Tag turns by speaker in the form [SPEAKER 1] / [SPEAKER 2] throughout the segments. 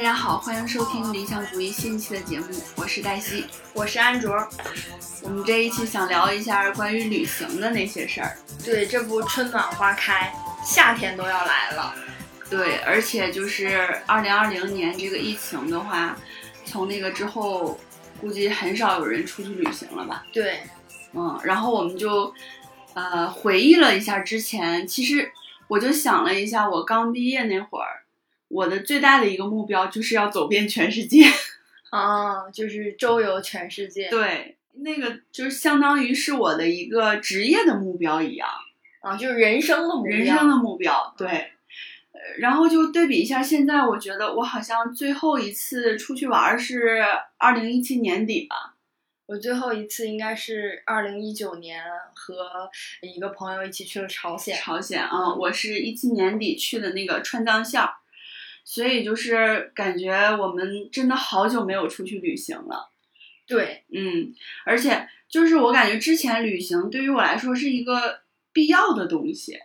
[SPEAKER 1] 家好，欢迎收听理想主义新一期的节目，我是黛西。
[SPEAKER 2] 我是安卓。
[SPEAKER 1] 我们这一期想聊一下关于旅行的那些事儿。
[SPEAKER 2] 对，这不春暖花开，夏天都要来了。
[SPEAKER 1] 对，而且就是二零二零年这个疫情的话，从那个之后，估计很少有人出去旅行了吧？
[SPEAKER 2] 对，
[SPEAKER 1] 嗯，然后我们就呃回忆了一下之前，其实我就想了一下，我刚毕业那会儿，我的最大的一个目标就是要走遍全世界。
[SPEAKER 2] 啊，就是周游全世界。
[SPEAKER 1] 对，那个就是相当于是我的一个职业的目标一样。
[SPEAKER 2] 啊，就是人生的目标。嗯
[SPEAKER 1] 人生的目标，对。呃然后就对比一下，现在我觉得我好像最后一次出去玩儿是二零一七年底吧。
[SPEAKER 2] 我最后一次应该是二零一九年和一个朋友一起去了朝鲜。
[SPEAKER 1] 朝鲜啊，我是一七年底去的那个川藏线儿，所以就是感觉我们真的好久没有出去旅行了。
[SPEAKER 2] 对，
[SPEAKER 1] 嗯，而且就是我感觉之前旅行对于我来说是一个必要的东西。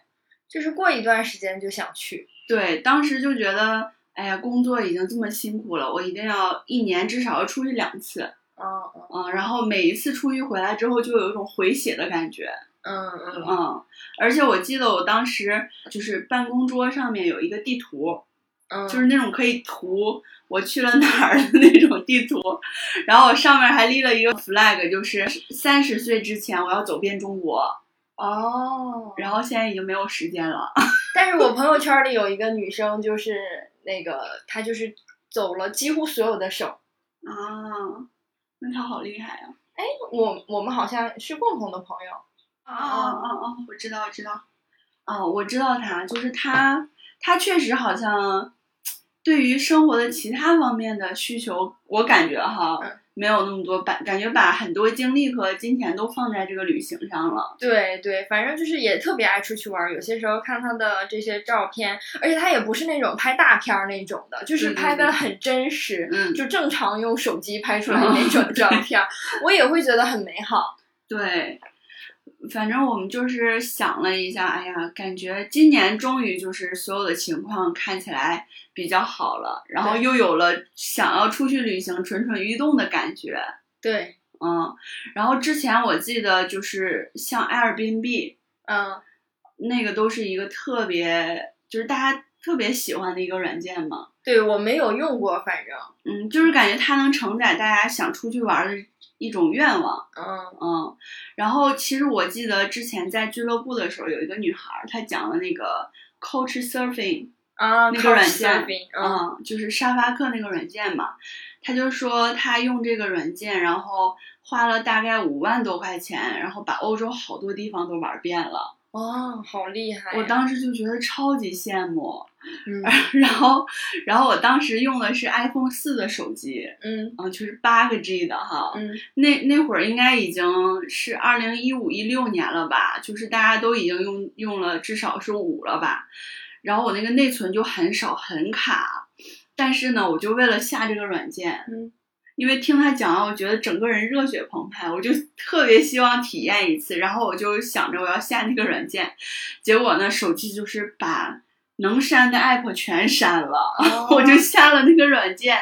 [SPEAKER 2] 就是过一段时间就想去。
[SPEAKER 1] 对，当时就觉得，哎呀，工作已经这么辛苦了，我一定要一年至少要出去两次，
[SPEAKER 2] 嗯嗯
[SPEAKER 1] 嗯，然后每一次出去回来之后，就有一种回血的感觉，
[SPEAKER 2] 嗯嗯，
[SPEAKER 1] 嗯，而且我记得我当时就是办公桌上面有一个地图，
[SPEAKER 2] 嗯
[SPEAKER 1] 就是那种可以涂我去了哪儿的那种地图，然后我上面还立了一个 flag，就是三十岁之前我要走遍中国，
[SPEAKER 2] 哦。
[SPEAKER 1] 然后现在已经没有时间了，
[SPEAKER 2] 但是我朋友圈里有一个女生，就是那个她就是走了几乎所有的省。
[SPEAKER 1] 啊，那他好厉害啊！
[SPEAKER 2] 我我们好像是共同的朋友。
[SPEAKER 1] 哦哦哦哦，我知道，我知道。哦，我知道他，就是他，他确实好像对于生活的其他方面的需求，我感觉哈
[SPEAKER 2] 嗯，
[SPEAKER 1] 没有那么多，把感觉把很多精力和金钱都放在这个旅行上了。
[SPEAKER 2] 对对，反正就是也特别爱出去玩儿。有些时候看他的这些照片，而且他也不是那种拍大片儿那种的，就是
[SPEAKER 1] 对对
[SPEAKER 2] 拍的
[SPEAKER 1] 对
[SPEAKER 2] 很真实，
[SPEAKER 1] 嗯哦
[SPEAKER 2] 就正常用手机拍出来的那种照片儿，我也会觉得很美好。
[SPEAKER 1] 对，反正我们就是想了一下，哎呀，感觉今年终于就是所有的情况看起来比较好了，然后
[SPEAKER 2] 对
[SPEAKER 1] 又有了想要出去旅行蠢蠢欲动的感觉。
[SPEAKER 2] 对，
[SPEAKER 1] 嗯，然后之前我记得就是像 Airbnb
[SPEAKER 2] 嗯
[SPEAKER 1] 那个都是一个特别，就是大家特别喜欢的一个软件嘛。
[SPEAKER 2] 对我没有用过，反正
[SPEAKER 1] 嗯，就是感觉它能承载大家想出去玩的一种愿望。
[SPEAKER 2] 嗯
[SPEAKER 1] 嗯，然后其实我记得之前在俱乐部的时候，有一个女孩儿她讲了那个 Couch Surfing，
[SPEAKER 2] 啊，
[SPEAKER 1] 那个软件
[SPEAKER 2] Couchsurfing，嗯
[SPEAKER 1] 嗯，就是沙发客那个软件嘛。她就说她用这个软件，然后花了大概五万多块钱，然后把欧洲好多地方都玩遍了。
[SPEAKER 2] 哦，好厉害呀！
[SPEAKER 1] 我当时就觉得超级羡慕，
[SPEAKER 2] 嗯
[SPEAKER 1] 然后，然后我当时用的是 iPhone 四的手机，
[SPEAKER 2] 嗯
[SPEAKER 1] 嗯，就是八个 G 的哈。
[SPEAKER 2] 嗯
[SPEAKER 1] 那那会儿应该已经是二零一五一六年了吧，就是大家都已经用用了至少是五了吧。然后我那个内存就很少很卡，但是呢，我就为了下这个软件，
[SPEAKER 2] 嗯，
[SPEAKER 1] 因为听他讲完，我觉得整个人热血澎湃，我就特别希望体验一次。然后我就想着我要下那个软件，结果呢，手机就是把能删的 app 全删了，
[SPEAKER 2] 哦
[SPEAKER 1] 我就下了那个软件，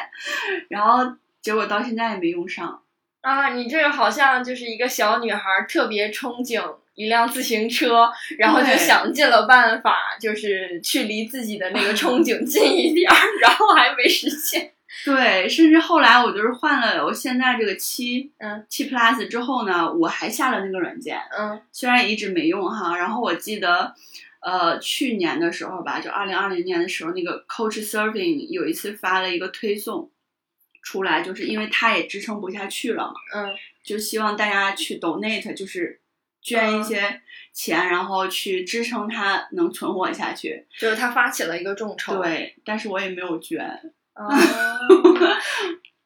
[SPEAKER 1] 然后结果到现在也没用上。
[SPEAKER 2] 啊，你这个好像就是一个小女孩儿特别憧憬一辆自行车，然后就
[SPEAKER 1] 对
[SPEAKER 2] 想尽了办法，就是去离自己的那个憧憬近一点儿， 然后还没实现。
[SPEAKER 1] 对，甚至后来我就是换了我现在这个七，
[SPEAKER 2] 嗯
[SPEAKER 1] 七 plus 之后呢，我还下了那个软件，
[SPEAKER 2] 嗯
[SPEAKER 1] 虽然一直没用哈。然后我记得，呃，去年的时候吧，就二零二零年的时候，那个 Coach Surfing 有一次发了一个推送出来，就是因为它也支撑不下去了嘛，
[SPEAKER 2] 嗯
[SPEAKER 1] 就希望大家去 donate，就是
[SPEAKER 2] 嗯
[SPEAKER 1] 捐一些钱，然后去支撑它能存活下去。
[SPEAKER 2] 就是他发起了一个众筹。
[SPEAKER 1] 对，但是我也没有捐。
[SPEAKER 2] 哦。
[SPEAKER 1] 我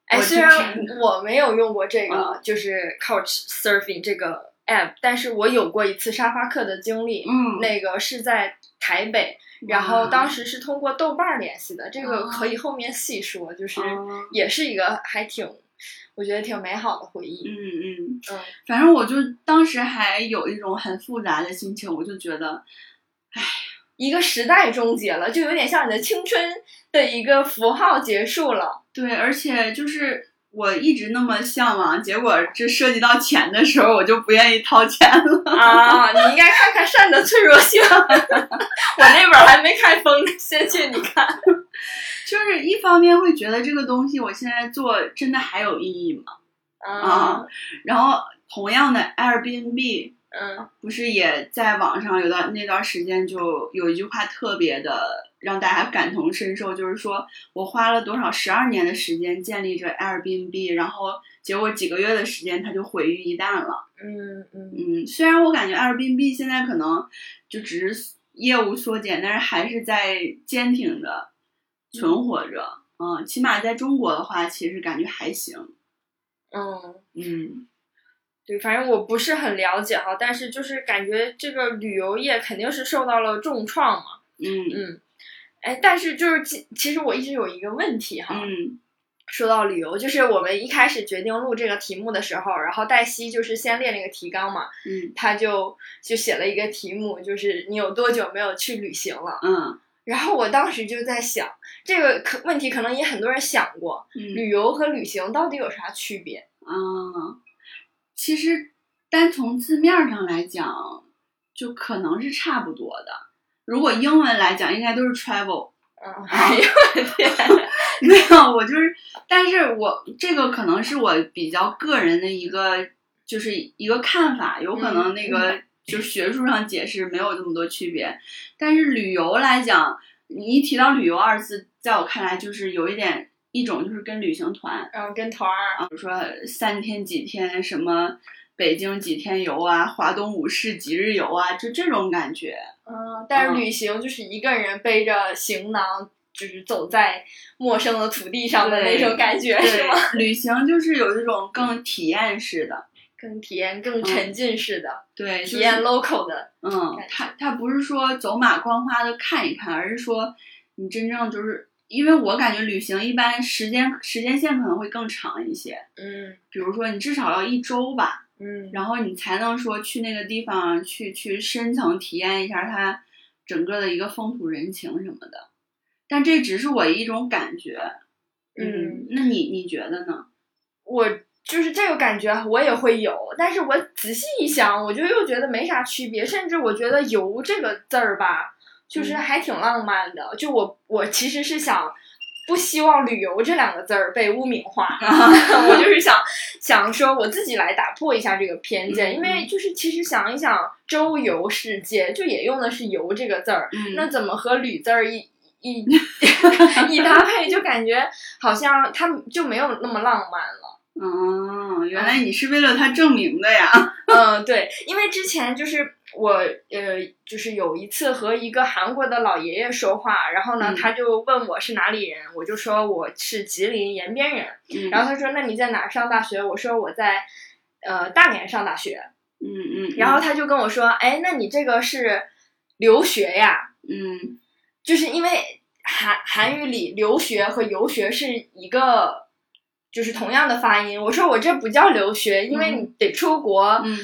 [SPEAKER 2] 哎，
[SPEAKER 1] 之
[SPEAKER 2] 虽然
[SPEAKER 1] 前
[SPEAKER 2] 我没有用过这个，就是 Couch Surfing 这个 app，但是我有过一次沙发客的经历。
[SPEAKER 1] 嗯
[SPEAKER 2] 那个是在台北，然后当时是通过豆瓣儿联系的，这个
[SPEAKER 1] 哦
[SPEAKER 2] 可以后面细说，就是
[SPEAKER 1] 哦
[SPEAKER 2] 也是一个还挺，我觉得挺美好的回忆。
[SPEAKER 1] 嗯嗯，
[SPEAKER 2] 嗯
[SPEAKER 1] 反正我就当时还有一种很复杂的心情，我就觉得，哎，
[SPEAKER 2] 一个时代终结了，就有点像你的青春的一个符号结束了。
[SPEAKER 1] 对，而且就是我一直那么向往，结果这涉及到钱的时候，我就不愿意掏钱了。
[SPEAKER 2] 啊， 你应该看看善的脆弱性。 我那本儿还没开封呢，先去你看。
[SPEAKER 1] 就是一方面会觉得这个东西我现在做真的还有意义吗？啊，然后同样的 Airbnb
[SPEAKER 2] 嗯
[SPEAKER 1] 不是也在网上有段那段时间就有一句话特别的让大家感同身受，就是说我花了多少十二年的时间建立着 Airbnb，然后结果几个月的时间它就毁于一旦了。
[SPEAKER 2] 嗯嗯，
[SPEAKER 1] 嗯，虽然我感觉 Airbnb 现在可能就只是业务缩减，但是还是在坚挺的存活着。嗯，起码在中国的话，其实感觉还行。
[SPEAKER 2] 嗯。
[SPEAKER 1] 嗯，
[SPEAKER 2] 对，反正我不是很了解哈，但是就是感觉这个旅游业肯定是受到了重创嘛。
[SPEAKER 1] 嗯
[SPEAKER 2] 嗯，哎，但是就是其其实我一直有一个问题哈，
[SPEAKER 1] 嗯
[SPEAKER 2] 说到旅游，就是我们一开始决定录这个题目的时候，然后黛西就是先列了一个提纲嘛，
[SPEAKER 1] 嗯
[SPEAKER 2] 他就就写了一个题目，就是你有多久没有去旅行了？
[SPEAKER 1] 嗯
[SPEAKER 2] 然后我当时就在想，这个可问题可能也很多人想过，
[SPEAKER 1] 嗯
[SPEAKER 2] 旅游和旅行到底有啥区别？
[SPEAKER 1] 啊，其实单从字面上来讲，就可能是差不多的。如果英文来讲，应该都是 travel。
[SPEAKER 2] 嗯，哎呦我的天，
[SPEAKER 1] 没有，我就是，但是我这个可能是我比较个人的一个，就是一个看法，有可能那个就学术上解释没有这么多区别，但是旅游来讲，你一提到旅游二字，在我看来就是有一点，一种就是跟旅行团
[SPEAKER 2] 然后跟团儿。
[SPEAKER 1] 啊，比如说三天几天什么。北京几天游啊，华东五市几日游啊，就这种感觉。
[SPEAKER 2] 嗯，但是
[SPEAKER 1] 嗯
[SPEAKER 2] 旅行就是一个人背着行囊，就是走在陌生的土地上的那
[SPEAKER 1] 对
[SPEAKER 2] 种感觉， 是吗？
[SPEAKER 1] 对，旅行就是有这种更体验式的，
[SPEAKER 2] 更体验、更沉浸式的，
[SPEAKER 1] 对，
[SPEAKER 2] 体
[SPEAKER 1] 嗯就是
[SPEAKER 2] 验 local 的。
[SPEAKER 1] 嗯
[SPEAKER 2] 感，
[SPEAKER 1] 他他不是说走马观花的看一看，而是说你真正就是，因为我感觉旅行一般时间时间线可能会更长一些，
[SPEAKER 2] 嗯
[SPEAKER 1] 比如说你至少要一周吧，
[SPEAKER 2] 嗯
[SPEAKER 1] 然后你才能说去那个地方去去深层体验一下它整个的一个风土人情什么的。但这只是我一种感觉，
[SPEAKER 2] 嗯，
[SPEAKER 1] 那你你觉得呢？
[SPEAKER 2] 我就是这个感觉，啊我也会有，但是我仔细一想，我就又觉得没啥区别，甚至我觉得“游”这个字儿吧，就是
[SPEAKER 1] 嗯
[SPEAKER 2] 还挺浪漫的。就我我其实是想。不希望“旅游”这两个字儿被污名 化，我就是想想说我自己来打破一下这个偏见，
[SPEAKER 1] 嗯
[SPEAKER 2] 因为就是其实想一想，周游世界就也用的是“游”这个字儿，
[SPEAKER 1] 嗯，
[SPEAKER 2] 那怎么和“旅”字儿一 一一搭配，就感觉好像它就没有那么浪漫了。
[SPEAKER 1] 哦，原来你是为了他证明的 呀？
[SPEAKER 2] 嗯，对，因为之前就是我呃，就是有一次和一个韩国的老爷爷说话，然后呢，
[SPEAKER 1] 嗯
[SPEAKER 2] 他就问我是哪里人，我就说我是吉林延边人，
[SPEAKER 1] 嗯
[SPEAKER 2] 然后他说那你在哪儿上大学？我说我在呃大连上大学，
[SPEAKER 1] 嗯嗯，
[SPEAKER 2] 然后他就跟我说，哎，那你这个是留学呀？
[SPEAKER 1] 嗯
[SPEAKER 2] 就是因为韩韩语里留学和游学是一个。就是同样的发音，我说我这不叫留学，因为
[SPEAKER 1] 嗯
[SPEAKER 2] 你得出国，
[SPEAKER 1] 嗯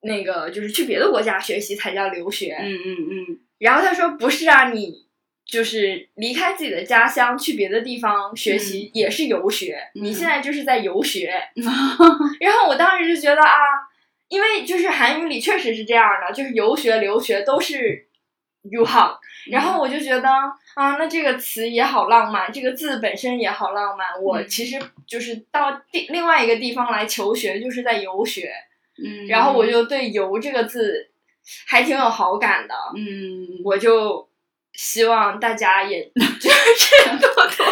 [SPEAKER 2] 那个就是去别的国家学习才叫留学。
[SPEAKER 1] 嗯嗯嗯。
[SPEAKER 2] 然后他说不是啊，你就是离开自己的家乡去别的地方学习也是游学，
[SPEAKER 1] 嗯
[SPEAKER 2] 你现在就是在游学。 然后我当时就觉得啊，因为就是韩语里确实是这样的，就是游学、留学都是 u h a n 然
[SPEAKER 1] 嗯
[SPEAKER 2] 后我就觉得啊，那这个词也好浪漫，这个字本身也好浪漫。我
[SPEAKER 1] 嗯
[SPEAKER 2] 其实就是到地另外一个地方来求学，就是在游学。
[SPEAKER 1] 嗯，
[SPEAKER 2] 然后我就对“游”这个字还挺有好感的，
[SPEAKER 1] 嗯，
[SPEAKER 2] 我就希望大家 也就是 多多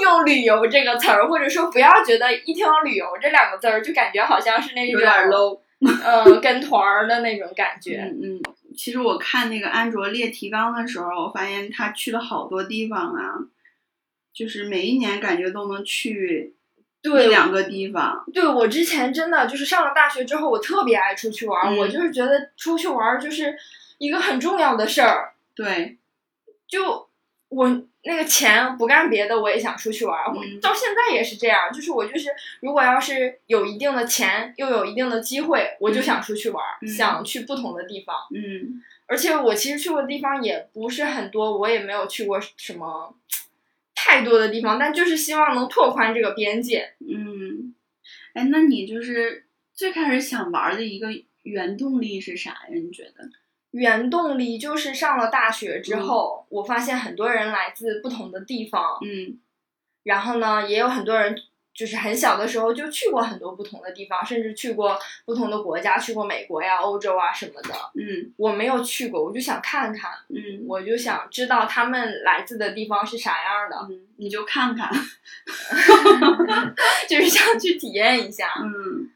[SPEAKER 2] 用“旅游”这个词儿，或者说不要觉得一听到“旅游”这两个字儿就感觉好像是那
[SPEAKER 1] 有点儿
[SPEAKER 2] 种
[SPEAKER 1] low。
[SPEAKER 2] 嗯跟团儿的那种感觉。
[SPEAKER 1] 嗯嗯，其实我看那个安卓列提纲的时候，我发现他去了好多地方啊，就是每一年感觉都能去
[SPEAKER 2] 对
[SPEAKER 1] 一两个地方。
[SPEAKER 2] 对我之前真的就是上了大学之后，我特别爱出去玩儿，
[SPEAKER 1] 嗯
[SPEAKER 2] 我就是觉得出去玩儿就是一个很重要的事儿，
[SPEAKER 1] 对，
[SPEAKER 2] 就我那个钱不干别的，我也想出去玩儿。我
[SPEAKER 1] 嗯
[SPEAKER 2] 到现在也是这样，就是我就是如果要是有一定的钱，又有一定的机会，我就想出去玩儿，
[SPEAKER 1] 嗯
[SPEAKER 2] 想去不同的地方。
[SPEAKER 1] 嗯
[SPEAKER 2] 而且我其实去过的地方也不是很多，我也没有去过什么太多的地方，但就是希望能拓宽这个边界。
[SPEAKER 1] 嗯，哎，那你就是最开始想玩的一个原动力是啥呀？你觉得？
[SPEAKER 2] 原动力就是上了大学之后，我发现很多人来自不同的地方，
[SPEAKER 1] 嗯
[SPEAKER 2] 然后呢，也有很多人就是很小的时候就去过很多不同的地方，甚至去过不同的国家，去过美国呀、欧洲啊什么的。
[SPEAKER 1] 嗯
[SPEAKER 2] 我没有去过，我就想看看，
[SPEAKER 1] 嗯
[SPEAKER 2] 我就想知道他们来自的地方是啥样的，
[SPEAKER 1] 嗯，你就看看。
[SPEAKER 2] 就是想去体验一下。
[SPEAKER 1] 嗯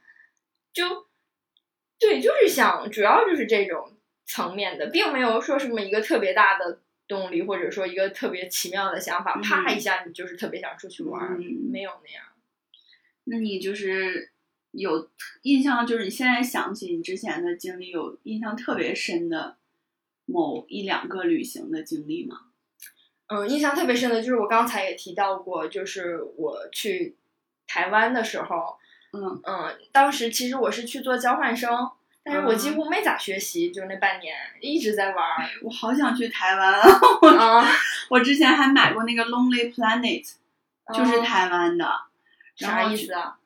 [SPEAKER 2] 就对，就是想，主要就是这种层面的，并没有说什么一个特别大的动力，或者说一个特别奇妙的想法，啪
[SPEAKER 1] 嗯
[SPEAKER 2] 一下你就是特别想出去玩儿，
[SPEAKER 1] 嗯，
[SPEAKER 2] 没有那样。
[SPEAKER 1] 那你就是有印象，就是你现在想起你之前的经历，有印象特别深的某一两个旅行的经历吗？
[SPEAKER 2] 嗯，印象特别深的就是我刚才也提到过，就是我去台湾的时候，
[SPEAKER 1] 嗯
[SPEAKER 2] 嗯，当时其实我是去做交换生。但是我几
[SPEAKER 1] 啊
[SPEAKER 2] 乎没咋学习，就那半年一直在玩儿
[SPEAKER 1] 我好想去台湾啊！ 我
[SPEAKER 2] 啊，
[SPEAKER 1] 我之前还买过那个 Lonely Planet，就是
[SPEAKER 2] 嗯
[SPEAKER 1] 台湾的，然
[SPEAKER 2] 啥
[SPEAKER 1] 后
[SPEAKER 2] 意
[SPEAKER 1] 就
[SPEAKER 2] 思啊？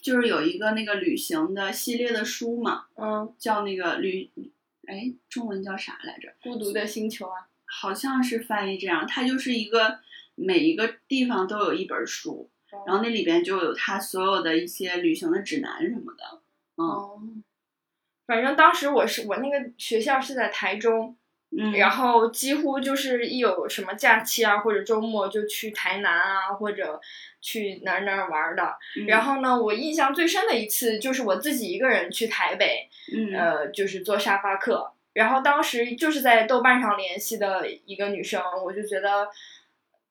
[SPEAKER 1] 就是有一个那个旅行的系列的书嘛，
[SPEAKER 2] 嗯，
[SPEAKER 1] 叫那个旅，哎，中文叫啥来着？
[SPEAKER 2] 孤独的星球啊，
[SPEAKER 1] 好像是翻译这样，它就是一个每一个地方都有一本书，然后那里边就有它所有的一些旅行的指南什么的。嗯
[SPEAKER 2] 哦，反正当时我是我那个学校是在台中，
[SPEAKER 1] 嗯，
[SPEAKER 2] 然后几乎就是一有什么假期啊或者周末就去台南啊或者去哪儿哪儿玩儿的。
[SPEAKER 1] 嗯
[SPEAKER 2] 然后呢，我印象最深的一次就是我自己一个人去台北，
[SPEAKER 1] 嗯
[SPEAKER 2] 呃，就是做沙发客。然后当时就是在豆瓣上联系的一个女生，我就觉得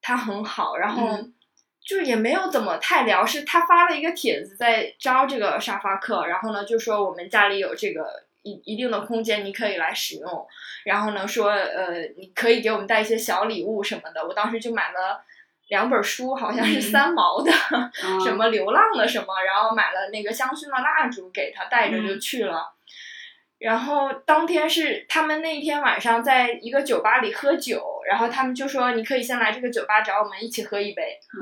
[SPEAKER 2] 她很好，然后
[SPEAKER 1] 嗯
[SPEAKER 2] 就是也没有怎么太聊，是她发了一个帖子在招这个沙发客，然后呢就说我们家里有这个一一定的空间，你可以来使用，然后呢说呃你可以给我们带一些小礼物什么的，我当时就买了。两本书好像是
[SPEAKER 1] 嗯
[SPEAKER 2] 三毛的，
[SPEAKER 1] 嗯
[SPEAKER 2] 什么流浪的什么，然后买了那个香薰的蜡烛给他带着就
[SPEAKER 1] 嗯
[SPEAKER 2] 去了。然后当天是他们那一天晚上在一个酒吧里喝酒，然后他们就说你可以先来这个酒吧找我们一起喝一杯。
[SPEAKER 1] 啊，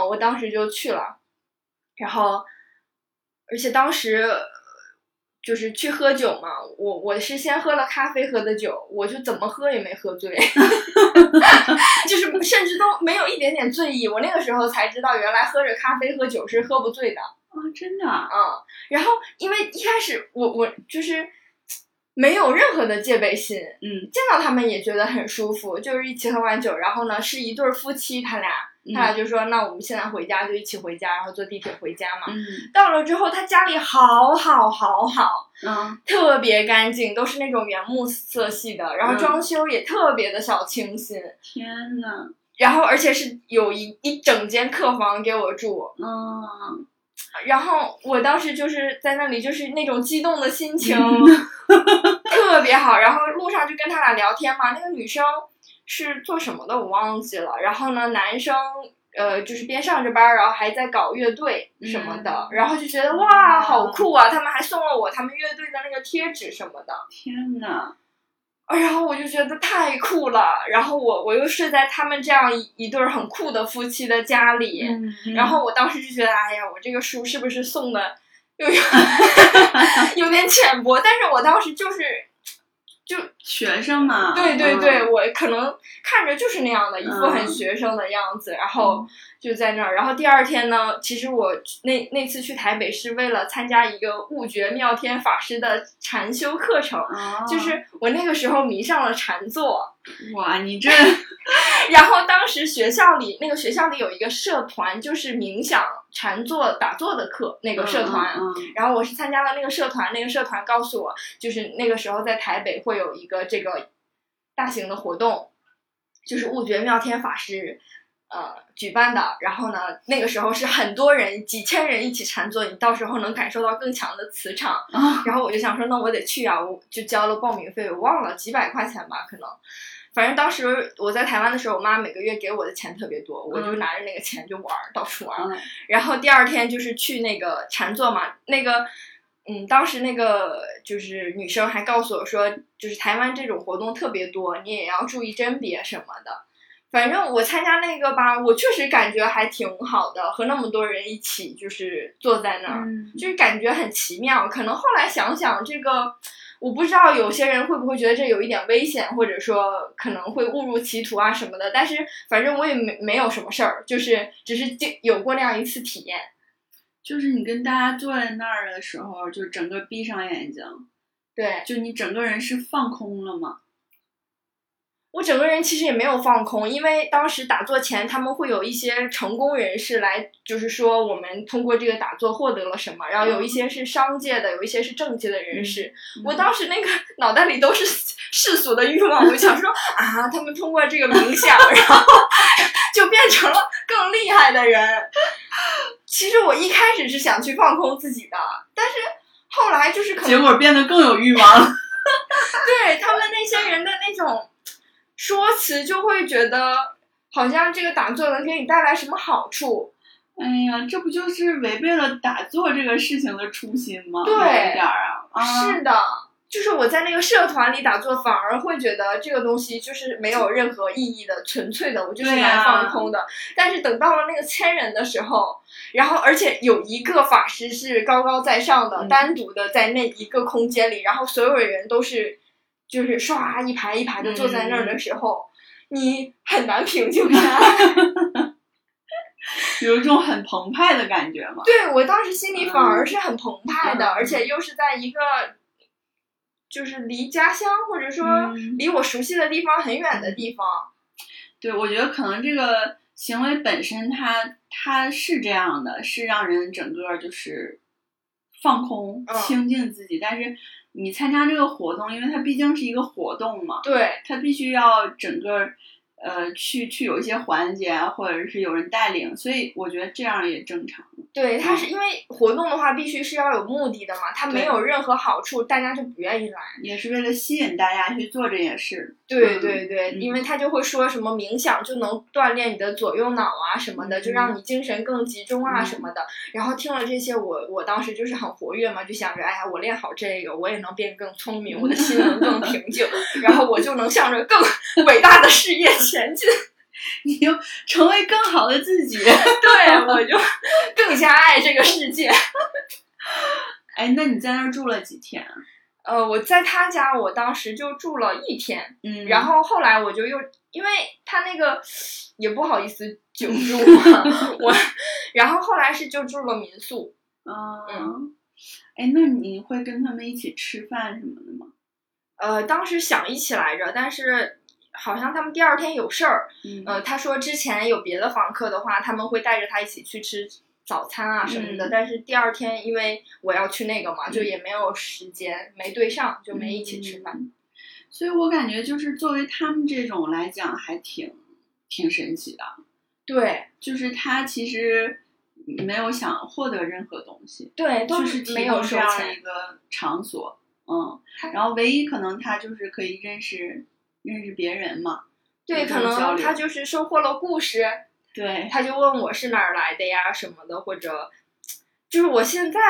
[SPEAKER 2] 嗯，我当时就去了，然后而且当时就是去喝酒嘛，我我是先喝了咖啡喝的酒，我就怎么喝也没喝醉， 就是甚至都没有一点点醉意。我那个时候才知道，原来喝着咖啡喝酒是喝不醉的。
[SPEAKER 1] 啊，真的啊，
[SPEAKER 2] 嗯，然后因为一开始我我就是没有任何的戒备心，
[SPEAKER 1] 嗯
[SPEAKER 2] 见到他们也觉得很舒服，就是一起喝完酒，然后呢是一对儿夫妻，他俩
[SPEAKER 1] 嗯
[SPEAKER 2] 他俩就说、那我们现在回家就一起回家，然后坐地铁回家嘛。
[SPEAKER 1] 嗯
[SPEAKER 2] 到了之后，他家里好好好好，
[SPEAKER 1] 嗯
[SPEAKER 2] 特别干净，都是那种原木色系的，然后
[SPEAKER 1] 嗯
[SPEAKER 2] 装修也特别的小清新，
[SPEAKER 1] 天呐，
[SPEAKER 2] 然后而且是有一一整间客房给我住，
[SPEAKER 1] 嗯，
[SPEAKER 2] 然后我当时就是在那里，就是那种激动的 心情特别好。然后路上就跟他俩聊天嘛，那个女生是做什么的我忘记了。然后呢，男生呃就是边上着班儿，然后还在搞乐队什么的，
[SPEAKER 1] 嗯
[SPEAKER 2] 然后就觉得哇
[SPEAKER 1] 哇
[SPEAKER 2] 好酷啊！他们还送了我他们乐队的那个贴纸什么的。
[SPEAKER 1] 天呐，
[SPEAKER 2] 啊然后我就觉得太酷了，然后我我又睡在他们这样一一对儿很酷的夫妻的家里，
[SPEAKER 1] 嗯
[SPEAKER 2] 然后我当时就觉得，哎呀，我这个书是不是送的又 有有点浅薄？但是我当时就是，就
[SPEAKER 1] 学生嘛，
[SPEAKER 2] 对对
[SPEAKER 1] 嗯
[SPEAKER 2] 对，，我可能看着就是那样的一副很
[SPEAKER 1] 嗯
[SPEAKER 2] 学生的样子，然后就在那儿。然后第二天呢，其实我那那次去台北是为了参加一个悟觉妙天法师的禅修课程。
[SPEAKER 1] 啊
[SPEAKER 2] 就是我那个时候迷上了禅坐，
[SPEAKER 1] 哇，你这
[SPEAKER 2] 然后当时学校里那个学校里有一个社团，就是冥想、禅坐、打坐的课 那个社团，
[SPEAKER 1] 嗯
[SPEAKER 2] 然后我是参加了那个社团，那个社团告诉我，就是那个时候在台北会有一个这个大型的活动，就是悟觉妙天法师呃举办的。然后呢，那个时候是很多人，几千人一起禅坐，你到时候能感受到更强的磁场。
[SPEAKER 1] 嗯啊
[SPEAKER 2] 然后我就想说，那我得去啊，我就交了报名费，我忘了几百块钱吧，可能。反正当时我在台湾的时候，我妈每个月给我的钱特别多，我就拿着那个钱就玩儿，到处玩儿。
[SPEAKER 1] 嗯
[SPEAKER 2] 然后第二天就是去那个禅坐嘛，那个，嗯，当时那个就是女生还告诉我说，就是台湾这种活动特别多，你也要注意甄别什么的。反正我参加那个吧，我确实感觉还挺好的，和那么多人一起就是坐在那儿，
[SPEAKER 1] 嗯
[SPEAKER 2] 就是感觉很奇妙。可能后来想想这个。我不知道有些人会不会觉得这有一点危险，或者说可能会误入歧途啊什么的。但是反正我也没没有什么事儿，就是只是经有过那样一次体验。
[SPEAKER 1] 就是你跟大家坐在那儿的时候，就整个闭上眼睛，
[SPEAKER 2] 对
[SPEAKER 1] 就你整个人是放空了吗？
[SPEAKER 2] 我整个人其实也没有放空，因为当时打坐前他们会有一些成功人士来，就是说我们通过这个打坐获得了什么，然后有一些是商界的，有一些是政界的人士。
[SPEAKER 1] 嗯
[SPEAKER 2] 我当时那个 脑袋里都是世俗的欲望，我想说啊，他们通过这个冥想，然后 就变成了更厉害的人。其实我一开始是想去放空自己的，但是后来就是可能
[SPEAKER 1] 结果变得更有欲望了。
[SPEAKER 2] 对他们那些人的那种说辞，就会觉得好像这个打坐能给你带来什么好处。
[SPEAKER 1] 哎呀，这不就是违背了打坐这个事情的初心吗？
[SPEAKER 2] 对
[SPEAKER 1] 有一点儿啊，啊，
[SPEAKER 2] 是的，就是我在那个社团里打坐，反而会觉得这个东西就是没有任何意义的，纯粹的，我就是
[SPEAKER 1] 对啊呀
[SPEAKER 2] 来放空的。但是等到了那个千人的时候，然后而且有一个法师是高高在上的，
[SPEAKER 1] 嗯
[SPEAKER 2] 单独的在那一个空间里，然后所有人都是就是唰一排一排的坐在那儿
[SPEAKER 1] 嗯
[SPEAKER 2] 的时候，你很难平静下来。
[SPEAKER 1] 有一种很澎湃的感觉嘛。
[SPEAKER 2] 对我当时心里反而是很澎湃的，
[SPEAKER 1] 嗯
[SPEAKER 2] 而且又是在一个就是离家乡或者说
[SPEAKER 1] 嗯
[SPEAKER 2] 离我熟悉的地方很远的地方。
[SPEAKER 1] 对，我觉得可能这个行为本身它，它是这样的，是让人整个就是放空、
[SPEAKER 2] 嗯
[SPEAKER 1] 清静自己。但是你参加这个活动，因为它毕竟是一个活动嘛，
[SPEAKER 2] 对
[SPEAKER 1] 它必须要整个呃去去有一些环节啊，或者是有人带领，所以我觉得这样也正常。
[SPEAKER 2] 对，它是因为活动的话必须是要有目的的嘛，它没
[SPEAKER 1] 嗯对
[SPEAKER 2] 有任何好处，大家就不愿意来。
[SPEAKER 1] 也是为了吸引大家去做这件事。
[SPEAKER 2] 对
[SPEAKER 1] 嗯
[SPEAKER 2] 对对，
[SPEAKER 1] 嗯
[SPEAKER 2] 因为他就会说什么冥想就能锻炼你的左右脑啊什么的，
[SPEAKER 1] 嗯
[SPEAKER 2] 就让你精神更集中啊
[SPEAKER 1] 嗯
[SPEAKER 2] 什么的。然后听了这些，我我当时就是很活跃嘛，就想着，哎呀，我练好这个，我也能变更聪明，我的心 能更平静，然后我就能向着更 伟大的事业前进。
[SPEAKER 1] 你就成为更好的自己。
[SPEAKER 2] 对，我就 更加爱这个世界。
[SPEAKER 1] 哎，那你在那儿住了几天啊？
[SPEAKER 2] 呃，我在他家，我当时就住了一天，
[SPEAKER 1] 嗯
[SPEAKER 2] 然后后来我就又，因为他那个也不好 意思久住嘛，我，然后后来是就住了民宿。
[SPEAKER 1] 嗯，哎，那你会跟他们一起吃饭什么的吗？
[SPEAKER 2] 呃，当时想一起来着，但是好像他们第二天有事儿。
[SPEAKER 1] 嗯
[SPEAKER 2] 呃，他说之前有别的房客的话，他们会带着他一起去吃早餐啊什么的，
[SPEAKER 1] 嗯
[SPEAKER 2] 但是第二天因为我要去那个嘛，就也没有时间，没对上，就
[SPEAKER 1] 就
[SPEAKER 2] 没一起吃饭。。
[SPEAKER 1] 嗯所以我感觉就是作为他们这种来讲，还挺挺神奇的。啊
[SPEAKER 2] 对
[SPEAKER 1] 就是他其实没有想获得任何东西，
[SPEAKER 2] 对，都
[SPEAKER 1] 就是提
[SPEAKER 2] 没有
[SPEAKER 1] 供这
[SPEAKER 2] 收
[SPEAKER 1] 样
[SPEAKER 2] 钱。
[SPEAKER 1] 一个场所。嗯
[SPEAKER 2] 他，
[SPEAKER 1] 然后唯一可能他就是可以认识认识别人嘛。
[SPEAKER 2] 对，
[SPEAKER 1] 有这
[SPEAKER 2] 可
[SPEAKER 1] 种交
[SPEAKER 2] 能
[SPEAKER 1] 流
[SPEAKER 2] 他就是收获了故事，
[SPEAKER 1] 对，
[SPEAKER 2] 他就问我是哪儿来的呀什么的，或者就是我现在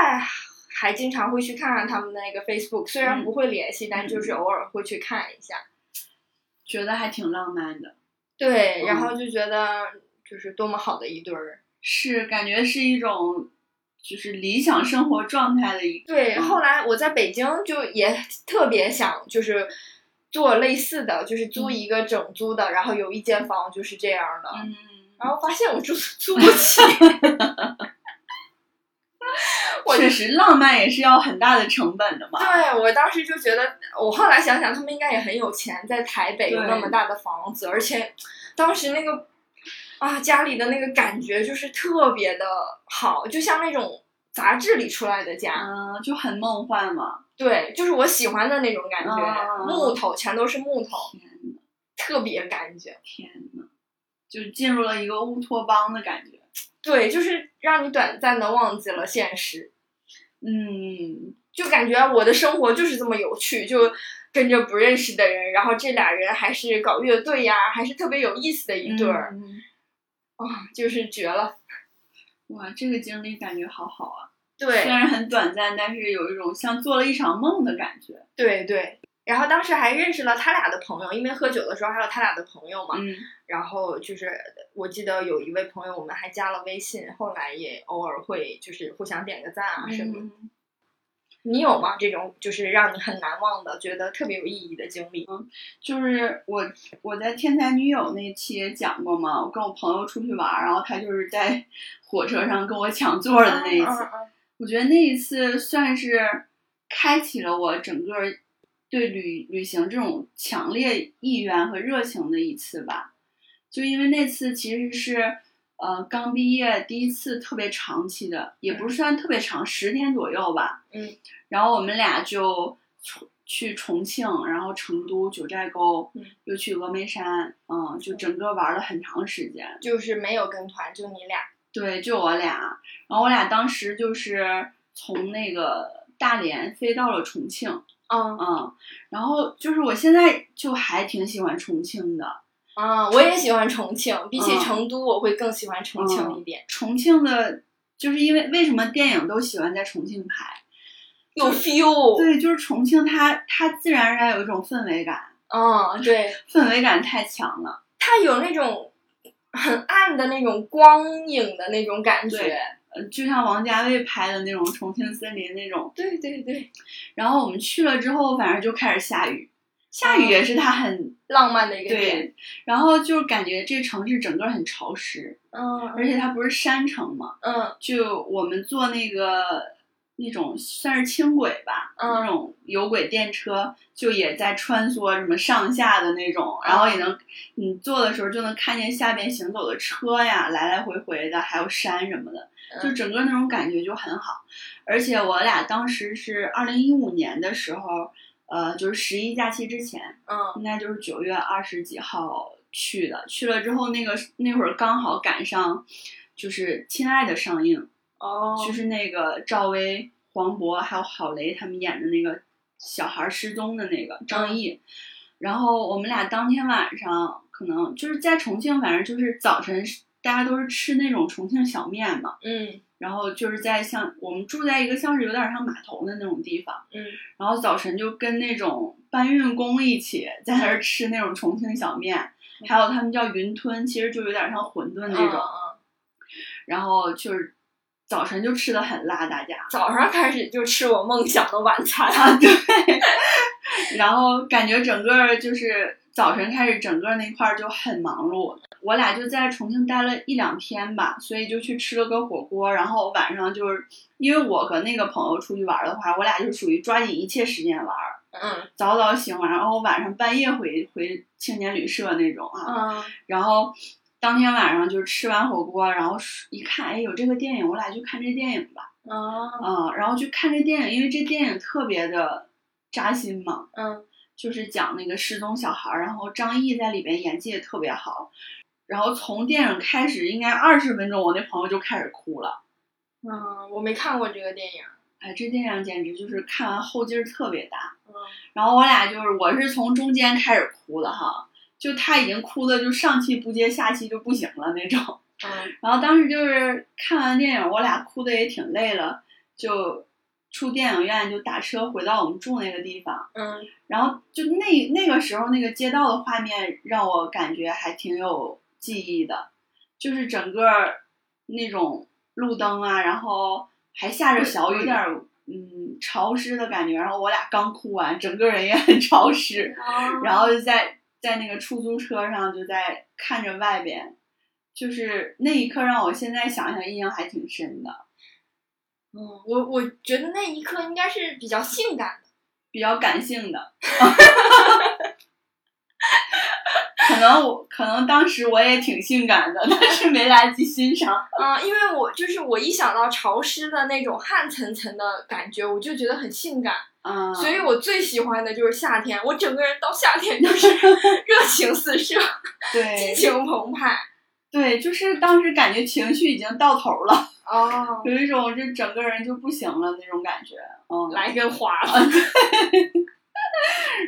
[SPEAKER 2] 还经常会去看看他们的那个 Facebook，虽然
[SPEAKER 1] 嗯
[SPEAKER 2] 不会联系，但就是偶尔会去看一下。
[SPEAKER 1] 觉得还挺浪漫的，
[SPEAKER 2] 对，
[SPEAKER 1] 嗯
[SPEAKER 2] 然后就觉得就是多么好的一对儿。
[SPEAKER 1] 是感觉是一种就是理想生活状态的一个。
[SPEAKER 2] 对，
[SPEAKER 1] 嗯
[SPEAKER 2] 后来我在北京就也特别想就是。做类似的就是租一个整租的，然后有一间房就是这样的，
[SPEAKER 1] 嗯，
[SPEAKER 2] 然后发现我住 租不起，我
[SPEAKER 1] 确实浪漫也是要很大的成本的嘛。
[SPEAKER 2] 对，我当时就觉得，我后来想想，他们应该也很有钱，在台北有
[SPEAKER 1] 对
[SPEAKER 2] 那么大的房子，而且当时那个啊，家里的那个感觉就是特别的好，就像那种杂志里出来的家，
[SPEAKER 1] 嗯，就很梦幻嘛。
[SPEAKER 2] 对，就是我喜欢的那种感觉，
[SPEAKER 1] 啊
[SPEAKER 2] 木头全都是木头，
[SPEAKER 1] 天呐，
[SPEAKER 2] 特别感觉，
[SPEAKER 1] 天呐，就进入了一个乌托邦的感觉。
[SPEAKER 2] 对，就是让你短暂的忘记了现实，
[SPEAKER 1] 嗯，
[SPEAKER 2] 就感觉我的生活就是这么有趣，就跟着不认识的人，然后这俩人还是搞乐队呀，还是特别有意思的一对儿，
[SPEAKER 1] 嗯嗯
[SPEAKER 2] 哇、就是绝了。
[SPEAKER 1] 哇，这个经历感觉好好啊！虽
[SPEAKER 2] 对
[SPEAKER 1] 然很短暂，但是有一种像做了一场梦的感觉。
[SPEAKER 2] 对对，然后当时还认识了他俩的朋友，因为喝酒的时候还有他俩的朋友嘛。
[SPEAKER 1] 嗯
[SPEAKER 2] 然后就是我记得有一位朋友，我们还加了微信，后来也偶尔会就是互相点个赞啊什么的。
[SPEAKER 1] 嗯。
[SPEAKER 2] 你有吗？这种就是让你很难忘的，觉得特别有意义的经历？
[SPEAKER 1] 就是我我在《天才女友》那期也讲过嘛，我跟我朋友出去玩儿，然后他就是在火车上跟我抢座儿的那一次，
[SPEAKER 2] 嗯
[SPEAKER 1] 我觉得那一次算是开启了我整个对旅旅行这种强烈意愿和热情的一次吧。就因为那次其实是呃刚毕业第一次特别长期的，也不是算特别长，十天左右吧。
[SPEAKER 2] 嗯。
[SPEAKER 1] 然后我们俩就重去重庆，然后成都、九寨沟，
[SPEAKER 2] 嗯
[SPEAKER 1] 又去峨眉山，嗯，就整个玩了很长时间。
[SPEAKER 2] 就是没有跟团，就你俩。
[SPEAKER 1] 对，就我俩。然后我俩当时就是从那个大连飞到了重庆，
[SPEAKER 2] 嗯
[SPEAKER 1] 嗯，然后就是我现在就还挺喜欢重庆的。
[SPEAKER 2] 啊，我也喜欢重庆，比起
[SPEAKER 1] 嗯
[SPEAKER 2] 成都，我会更喜欢重庆一点，
[SPEAKER 1] 重庆的，就是因为为什么电影都喜欢在重庆拍？
[SPEAKER 2] 有 feel。
[SPEAKER 1] 对，就是重庆它它自然而然有一种氛围感，
[SPEAKER 2] 嗯，对，
[SPEAKER 1] 氛围感太强了。
[SPEAKER 2] 它有那种很暗的那种光影的那种感觉
[SPEAKER 1] 对。呃，就像王家卫拍的那种《重庆森林》那种。
[SPEAKER 2] 对对对，
[SPEAKER 1] 然后我们去了之后，反正就开始下雨，下雨也是它很
[SPEAKER 2] 浪漫的一个点。
[SPEAKER 1] 对，然后就感觉这城市整个很潮湿，
[SPEAKER 2] 嗯，
[SPEAKER 1] 而且它不是山城嘛，
[SPEAKER 2] 嗯
[SPEAKER 1] 就我们坐那个那种算是轻轨吧，
[SPEAKER 2] 嗯
[SPEAKER 1] 那种有轨电车，就也在穿梭什么上下的那种，然后也能你坐的时候就能看见下边行走的车呀，来来回回的，还有山什么的，就
[SPEAKER 2] 嗯
[SPEAKER 1] 整个那种感觉就很好。而且我俩当时是二零一五年的时候，呃，就是十一假期之前。
[SPEAKER 2] 嗯
[SPEAKER 1] 应该就是九月二十几号去的。去了之后，那个那会儿刚好赶上，就是《亲爱的》上映，
[SPEAKER 2] 哦，
[SPEAKER 1] 就是那个赵薇、黄渤还有郝蕾他们演的那个小孩失踪的那个
[SPEAKER 2] 嗯
[SPEAKER 1] 张译。然后我们俩当天晚上可能就是在重庆，反正就是早晨是大家都是吃那种重庆小面嘛。
[SPEAKER 2] 嗯
[SPEAKER 1] 然后就是在像我们住在一个像是有点像码头的那种地方，
[SPEAKER 2] 嗯
[SPEAKER 1] 然后早晨就跟那种搬运工一起在那儿吃那种重庆小面，
[SPEAKER 2] 嗯
[SPEAKER 1] 还有他们叫云吞，其实就有点像馄饨那种。
[SPEAKER 2] 嗯嗯
[SPEAKER 1] 然后就是早晨就吃的很辣，大家
[SPEAKER 2] 早上开始就吃我梦想的晚餐。
[SPEAKER 1] 啊对，然后感觉整个就是早晨开始，整个那块儿就很忙碌。我俩就在重庆待了一两天吧，所以就去吃了个火锅，然后晚上就是因为我和那个朋友出去玩儿的话，我俩就属于抓紧一切时间玩儿。
[SPEAKER 2] 嗯
[SPEAKER 1] 早早醒，然后晚上半夜回回青年旅社那种啊。
[SPEAKER 2] 嗯
[SPEAKER 1] 然后当天晚上就是吃完火锅，然后一看，哎，有这个电影，我俩去看这电影吧。
[SPEAKER 2] 嗯
[SPEAKER 1] 嗯，然后去看这电影，因为这电影特别的扎心嘛，
[SPEAKER 2] 嗯
[SPEAKER 1] 就是讲那个失踪小孩儿，然后张译在里边演技也特别好。然后从电影开始，应该二十分钟，我那朋友就开始哭了。
[SPEAKER 2] 嗯，我没看过这个电影。
[SPEAKER 1] 哎，这电影简直就是看完后劲儿特别大。
[SPEAKER 2] 嗯
[SPEAKER 1] 然后我俩就是我是从中间开始哭的哈，就他已经哭的就上气不接下气就不行了那种。
[SPEAKER 2] 嗯
[SPEAKER 1] 然后当时就是看完电影，我俩哭的也挺累了，就出电影院就打车回到我们住那个地方。
[SPEAKER 2] 嗯
[SPEAKER 1] 然后就那那个时候那个街道的画面让我感觉还挺有记忆的，就是整个那种路灯啊，然后还下着小雨，有点儿嗯潮湿的感觉。然后我俩刚哭完，整个人也很潮湿，然后就在在那个出租车上就在看着外边，就是那一刻让我现在想想印象还挺深的，
[SPEAKER 2] 嗯，我我觉得那一刻应该是比较性感的。
[SPEAKER 1] 比较感性的。可能我可能当时我也挺性感的，但是没来及欣赏。
[SPEAKER 2] 嗯，因为我就是我一想到潮湿的那种汗涔涔的感觉，我就觉得很性感。
[SPEAKER 1] 嗯，
[SPEAKER 2] 所以我最喜欢的就是夏天，我整个人到夏天就是 热情四射，激
[SPEAKER 1] 对
[SPEAKER 2] 情澎湃。
[SPEAKER 1] 对，就是当时感觉情绪已经到头了，
[SPEAKER 2] 哦，
[SPEAKER 1] 有一种就整个人就不行了那种感觉。嗯，
[SPEAKER 2] 来根花子。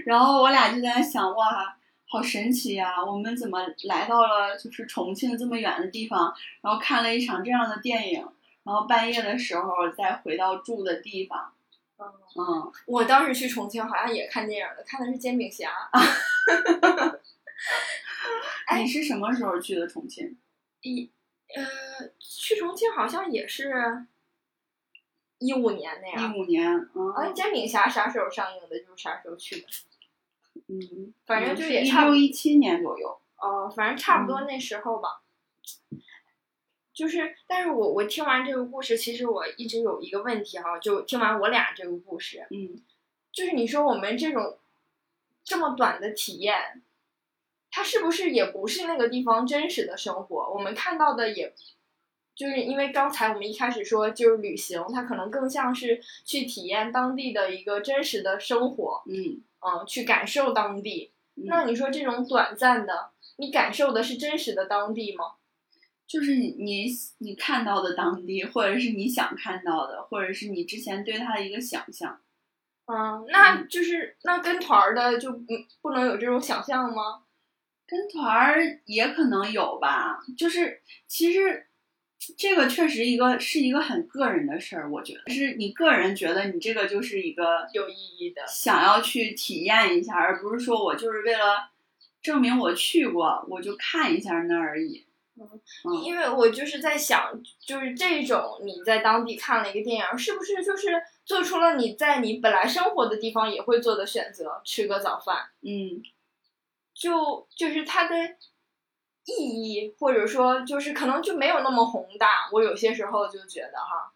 [SPEAKER 1] 然后我俩就在那想，哇，好神奇呀、我们怎么来到了就是重庆这么远的地方，然后看了一场这样的电影，然后半夜的时候再回到住的地方。
[SPEAKER 2] 嗯
[SPEAKER 1] 嗯，
[SPEAKER 2] 我当时去重庆好像也看电影了，看的是《煎饼侠》。
[SPEAKER 1] 啊
[SPEAKER 2] 哎
[SPEAKER 1] 你是什么时候去的重庆？
[SPEAKER 2] 一呃，去重庆好像也是一五年那样。
[SPEAKER 1] 一五年，嗯
[SPEAKER 2] 好像《煎饼侠》啥时候上映的，就是啥时候去的。
[SPEAKER 1] 嗯，
[SPEAKER 2] 反正就也
[SPEAKER 1] 一
[SPEAKER 2] 差不
[SPEAKER 1] 六
[SPEAKER 2] 多
[SPEAKER 1] 一七年左右。
[SPEAKER 2] 哦，反正差不
[SPEAKER 1] 嗯
[SPEAKER 2] 多那时候吧。就是，但是我我听完这个故事，其实我一直有一个问题哈，就听完我俩这个故事，
[SPEAKER 1] 嗯，
[SPEAKER 2] 就是你说我们这种这么短的体验，它是不是也不是那个地方真实的生活？我们看到的也，就是因为刚才我们一开始说，就是旅行，它可能更像是去体验当地的一个真实的生活，
[SPEAKER 1] 嗯，
[SPEAKER 2] 嗯，去感受当地。
[SPEAKER 1] 嗯
[SPEAKER 2] 那你说这种短暂的，你感受的是真实的当地吗？
[SPEAKER 1] 就是你你你看到的当地，或者是你想看到的，或者是你之前对它的一个想象。
[SPEAKER 2] 嗯，那就是那跟团儿的就不不能有这种想象吗？
[SPEAKER 1] 跟团儿也可能有吧，就是其实这个确实一个是一个很个人的事儿，我觉得是你个人觉得你这个就是一个
[SPEAKER 2] 有意义的
[SPEAKER 1] 想要去体验一下，而不是说我就是为了证明我去过，我就看一下那儿而已。嗯
[SPEAKER 2] 因为我就是在想，就是这种你在当地看了一个电影，是不是就是做出了你在你本来生活的地方也会做的选择，吃个早饭，
[SPEAKER 1] 嗯
[SPEAKER 2] 就就是它的意义，或者说就是可能就没有那么宏大。我有些时候就觉得哈，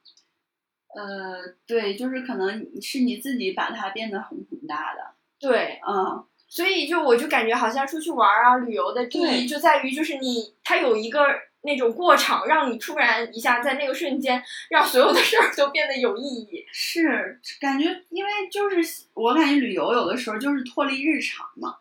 [SPEAKER 1] 呃，对，就是可能是你自己把它变得很宏大的，
[SPEAKER 2] 对，
[SPEAKER 1] 嗯，
[SPEAKER 2] 所以就我就感觉好像出去玩儿啊、旅游的意
[SPEAKER 1] 对
[SPEAKER 2] 义就在于就是你它有一个那种过场，让你突然一下在那个瞬间，让所有的事儿都变得有意义。
[SPEAKER 1] 是感觉，因为就是我感觉旅游有的时候就是脱离日常嘛，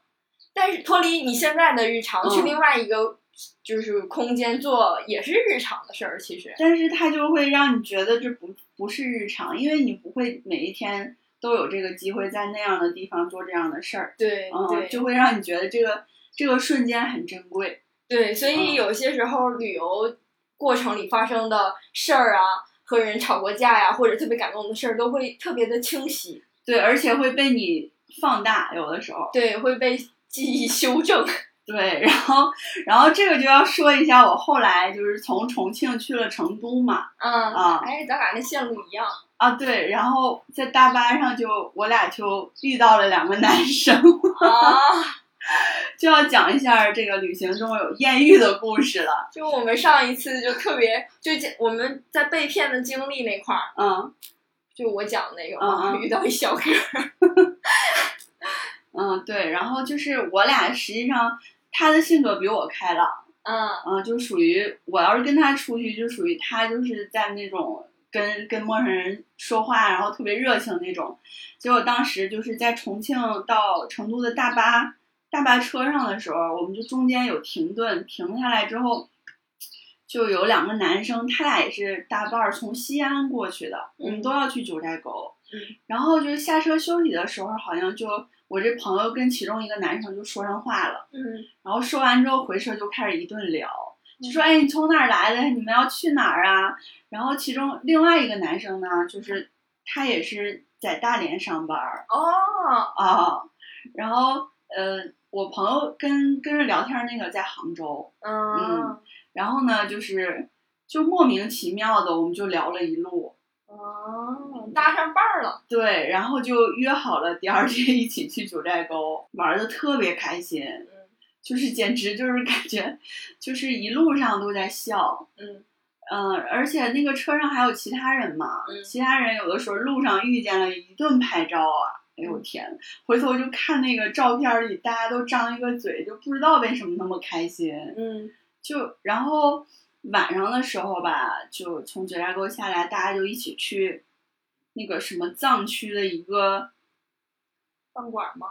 [SPEAKER 2] 但是脱离你现在的日常，
[SPEAKER 1] 嗯
[SPEAKER 2] 去另外一个就是空间做也是日常的事儿，其实。
[SPEAKER 1] 但是它就会让你觉得这不不是日常，因为你不会每一天都有这个机会在那样的地方做这样的事儿，
[SPEAKER 2] 对
[SPEAKER 1] 嗯，
[SPEAKER 2] 对
[SPEAKER 1] 就会让你觉得这个这个瞬间很珍贵，
[SPEAKER 2] 对，所
[SPEAKER 1] 嗯
[SPEAKER 2] 以有些时候旅游过程里发生的事儿啊，和人吵过架呀、或者特别感动的事儿，都会特别的清晰，
[SPEAKER 1] 对，而且会被你放大，有的时候。
[SPEAKER 2] 对，会被记忆修正。
[SPEAKER 1] 对， 然后，然后这个就要说一下，我后来就是从重庆去了成都嘛，
[SPEAKER 2] 嗯，
[SPEAKER 1] 啊
[SPEAKER 2] 哎，咱俩那线路一 样。
[SPEAKER 1] 啊对，然后在大巴上就我俩就遇到了两个男生，
[SPEAKER 2] 啊，
[SPEAKER 1] 就要讲一下这个旅行中有艳遇的故事了。
[SPEAKER 2] 就我们上一次就特别，就讲我们在被骗的经历那块儿，
[SPEAKER 1] 嗯
[SPEAKER 2] 就我讲那个
[SPEAKER 1] 嗯
[SPEAKER 2] 嘛，
[SPEAKER 1] 嗯
[SPEAKER 2] 遇到一小哥，
[SPEAKER 1] 嗯，对，然后就是我俩实际上他的性格比我开朗，
[SPEAKER 2] 嗯
[SPEAKER 1] 嗯，就属于我要是跟他出去，就属于他就是在那种跟跟陌生人说话，然后特别热情那种。结果当时就是在重庆到成都的大巴大巴车上的时候，我们就中间有停顿，停下来之后，就有两个男生，他俩也是大伴儿从西安过去的，我们
[SPEAKER 2] 嗯
[SPEAKER 1] 都要去九寨沟。
[SPEAKER 2] 嗯
[SPEAKER 1] 然后就是下车休息的时候，好像就我这朋友跟其中一个男生就说上话了。
[SPEAKER 2] 嗯
[SPEAKER 1] 然后说完之后回车就开始一顿聊，就说哎你从哪儿来的？你们要去哪儿啊？然后其中另外一个男生呢，就是他也是在大连上班儿
[SPEAKER 2] 哦，
[SPEAKER 1] 啊，然后呃我朋友跟跟着聊天儿那个在杭州，
[SPEAKER 2] 嗯
[SPEAKER 1] 然后呢就是就莫名其妙的我们就聊了一路，
[SPEAKER 2] 哦，搭上伴儿了，
[SPEAKER 1] 对，然后就约好了第二天 一起去九寨沟，玩的特别开心，就是 简直就是感觉就是一路上都在笑。
[SPEAKER 2] 嗯
[SPEAKER 1] 嗯，而且那个车上还有其他人嘛，
[SPEAKER 2] 嗯
[SPEAKER 1] 其他人有的时候路上遇见了一顿拍照啊，哎
[SPEAKER 2] 嗯
[SPEAKER 1] 呦天！回头就看那个照片里，大家都张一个嘴，就不知道为什么那么开心。
[SPEAKER 2] 嗯
[SPEAKER 1] 就然后晚上的时候吧，就从九寨沟下来，大家就一起去那个什么藏区的一个，
[SPEAKER 2] 饭馆吗？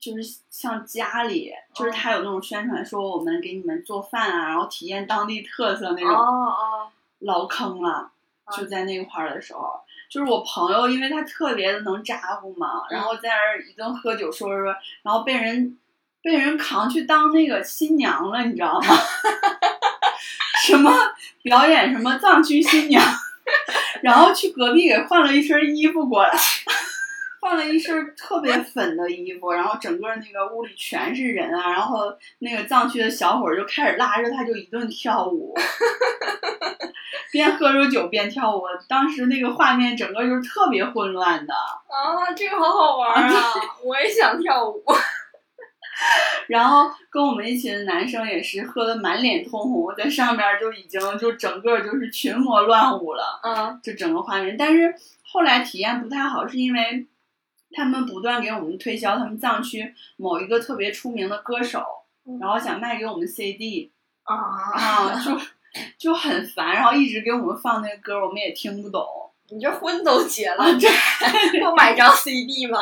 [SPEAKER 1] 就是像家里，就是他有那种宣传说我们给你们做饭啊，然后体验当地特色那种。
[SPEAKER 2] 哦哦，
[SPEAKER 1] 老坑了，
[SPEAKER 2] 啊
[SPEAKER 1] 就在那块儿的时候，就是我朋友，因为他特别的能咋呼嘛，然后在那儿一顿喝酒说说说，然后被人被人扛去当那个新娘了，你知道吗？ 什么表演什么藏区新娘， 然后去隔壁给换了一身衣服过来， 换了一身特别粉的衣服，然后整个那个屋里全是人啊，然后那个藏区的小伙儿就开始拉着他就一顿跳舞，边喝着酒边跳舞，当时那个画面整个就是特别混乱的。
[SPEAKER 2] 啊，这个好好玩儿 啊！我也想跳舞。
[SPEAKER 1] 然后跟我们一起的男生也是喝的满脸通红，在上边儿就已经就整个就是群魔乱舞了。
[SPEAKER 2] 嗯
[SPEAKER 1] 就整个画面。但是后来体验不太好，是因为他们不断给我们推销他们藏区某一个特别出名的歌手，
[SPEAKER 2] 嗯
[SPEAKER 1] 然后想卖给我们 CD
[SPEAKER 2] 啊，
[SPEAKER 1] 啊，就 就很烦，然后一直给我们放那个歌，我们也听不懂。啊
[SPEAKER 2] 你这婚都结了，这不买张 CD 吗？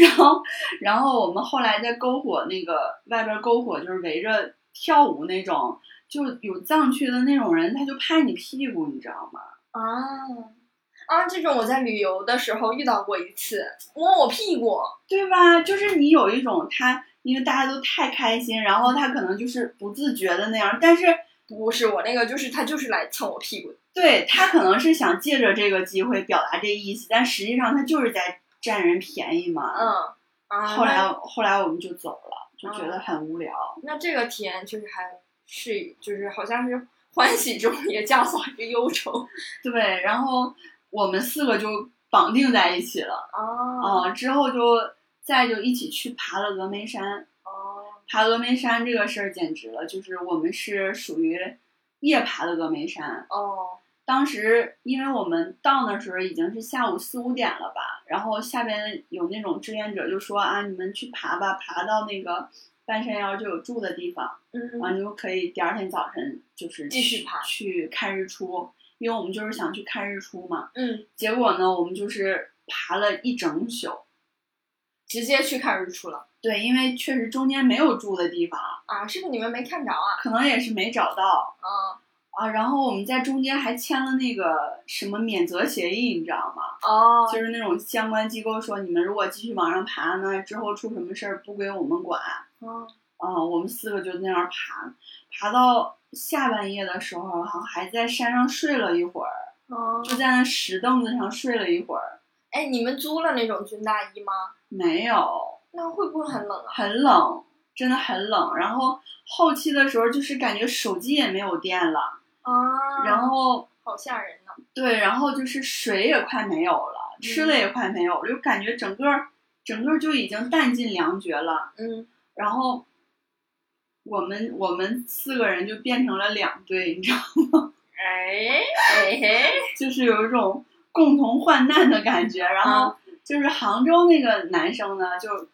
[SPEAKER 1] 然后，然后我们后来在篝火那个外边篝火，就是围着跳舞那种，就有藏区的那种人，他就拍你屁股，你知道吗？
[SPEAKER 2] 啊啊，这种我在旅游的时候遇到过一次，摸我屁股。
[SPEAKER 1] 对吧？就是你有一种他，因为大家都太开心，然后他可能就是不自觉的那样，但是
[SPEAKER 2] 不是我那个，就是他就是来蹭我屁股的。
[SPEAKER 1] 对他可能是想借着这个机会表达这意思，但实际上他就是在占人便宜嘛。
[SPEAKER 2] 嗯啊，
[SPEAKER 1] 后来
[SPEAKER 2] 那嗯
[SPEAKER 1] 后来我们就走了，就觉得很无聊。
[SPEAKER 2] 那这个体验确实还是就是好像是欢喜中 也夹杂着忧愁
[SPEAKER 1] 对，然后我们四个就绑定在一起了。
[SPEAKER 2] 啊
[SPEAKER 1] 啊、之后就再就一起去爬了峨眉山。
[SPEAKER 2] 哦
[SPEAKER 1] 爬峨眉山这个事儿简直了，就是我们是属于夜爬的峨眉山。
[SPEAKER 2] 哦
[SPEAKER 1] 当时因为我们到那时候已经是下午四五点了吧，然后下边有那种志愿者就说啊，你们去爬吧，爬到那个半山腰就有住的地方，
[SPEAKER 2] 嗯
[SPEAKER 1] 完、你就可以第二天早晨就是
[SPEAKER 2] 继续爬
[SPEAKER 1] 去看日出，因为我们就是想去看日出嘛。
[SPEAKER 2] 嗯，
[SPEAKER 1] 结果呢，我们就是爬了一整宿，
[SPEAKER 2] 直接去看日出了
[SPEAKER 1] 对，因为确实中间没有住的地方，
[SPEAKER 2] 啊？是不是你们没看着啊？
[SPEAKER 1] 可能也是没找到
[SPEAKER 2] 啊
[SPEAKER 1] 啊。然后我们在中间还签了那个什么免责协议，你知道吗？
[SPEAKER 2] 哦
[SPEAKER 1] 就是那种相关机构说，你们如果继续往上爬呢，之后出什么事儿不归我们管。
[SPEAKER 2] 哦
[SPEAKER 1] 啊、我们四个就那样爬，爬到下半夜的时候，好像还在山上睡了一会儿，
[SPEAKER 2] 哦，
[SPEAKER 1] 就在那石凳子上睡了一会儿。
[SPEAKER 2] 哎，你们租了那种军大衣吗？
[SPEAKER 1] 没有，
[SPEAKER 2] 那会不会很冷啊？
[SPEAKER 1] 很冷，真的很冷。然后后期的时候，就是感觉手机也没有电了，
[SPEAKER 2] 啊
[SPEAKER 1] 然后
[SPEAKER 2] 好吓人呢。
[SPEAKER 1] 对，然后就是水也快没有了，吃的也快没有了，就感觉整个整个就已经弹尽粮绝了。
[SPEAKER 2] 嗯，
[SPEAKER 1] 然后我们我们四个人就变成了两队，你知道吗，
[SPEAKER 2] 哎哎嘿，
[SPEAKER 1] 就是有一种共同患难的感觉。然后就是杭州那个男生呢，就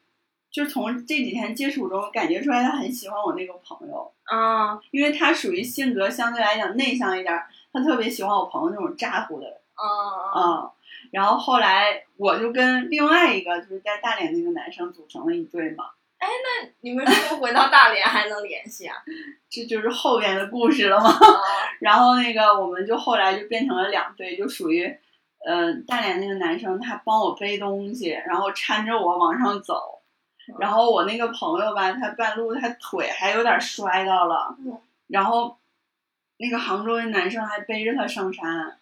[SPEAKER 1] 就从这几天接触中感觉出来，他很喜欢我那个朋友，
[SPEAKER 2] 啊
[SPEAKER 1] 因为他属于性格相对来讲内向一点儿，他特别喜欢我朋友那种咋呼的人
[SPEAKER 2] 啊啊！
[SPEAKER 1] 啊。然后后来我就跟另外一个就是在大连那个男生组成了一队嘛，
[SPEAKER 2] 你们是不是回到大连还能联系 啊？
[SPEAKER 1] 这就是后边的故事了嘛。
[SPEAKER 2] 啊
[SPEAKER 1] 然后那个我们就后来就变成了两队，就属于，呃，大连那个男生他帮我背东西，然后搀着我往上走，然后我那个朋友吧，他半路他腿还有点摔到了
[SPEAKER 2] 嗯，
[SPEAKER 1] 然后那个杭州的男生还背着他上山，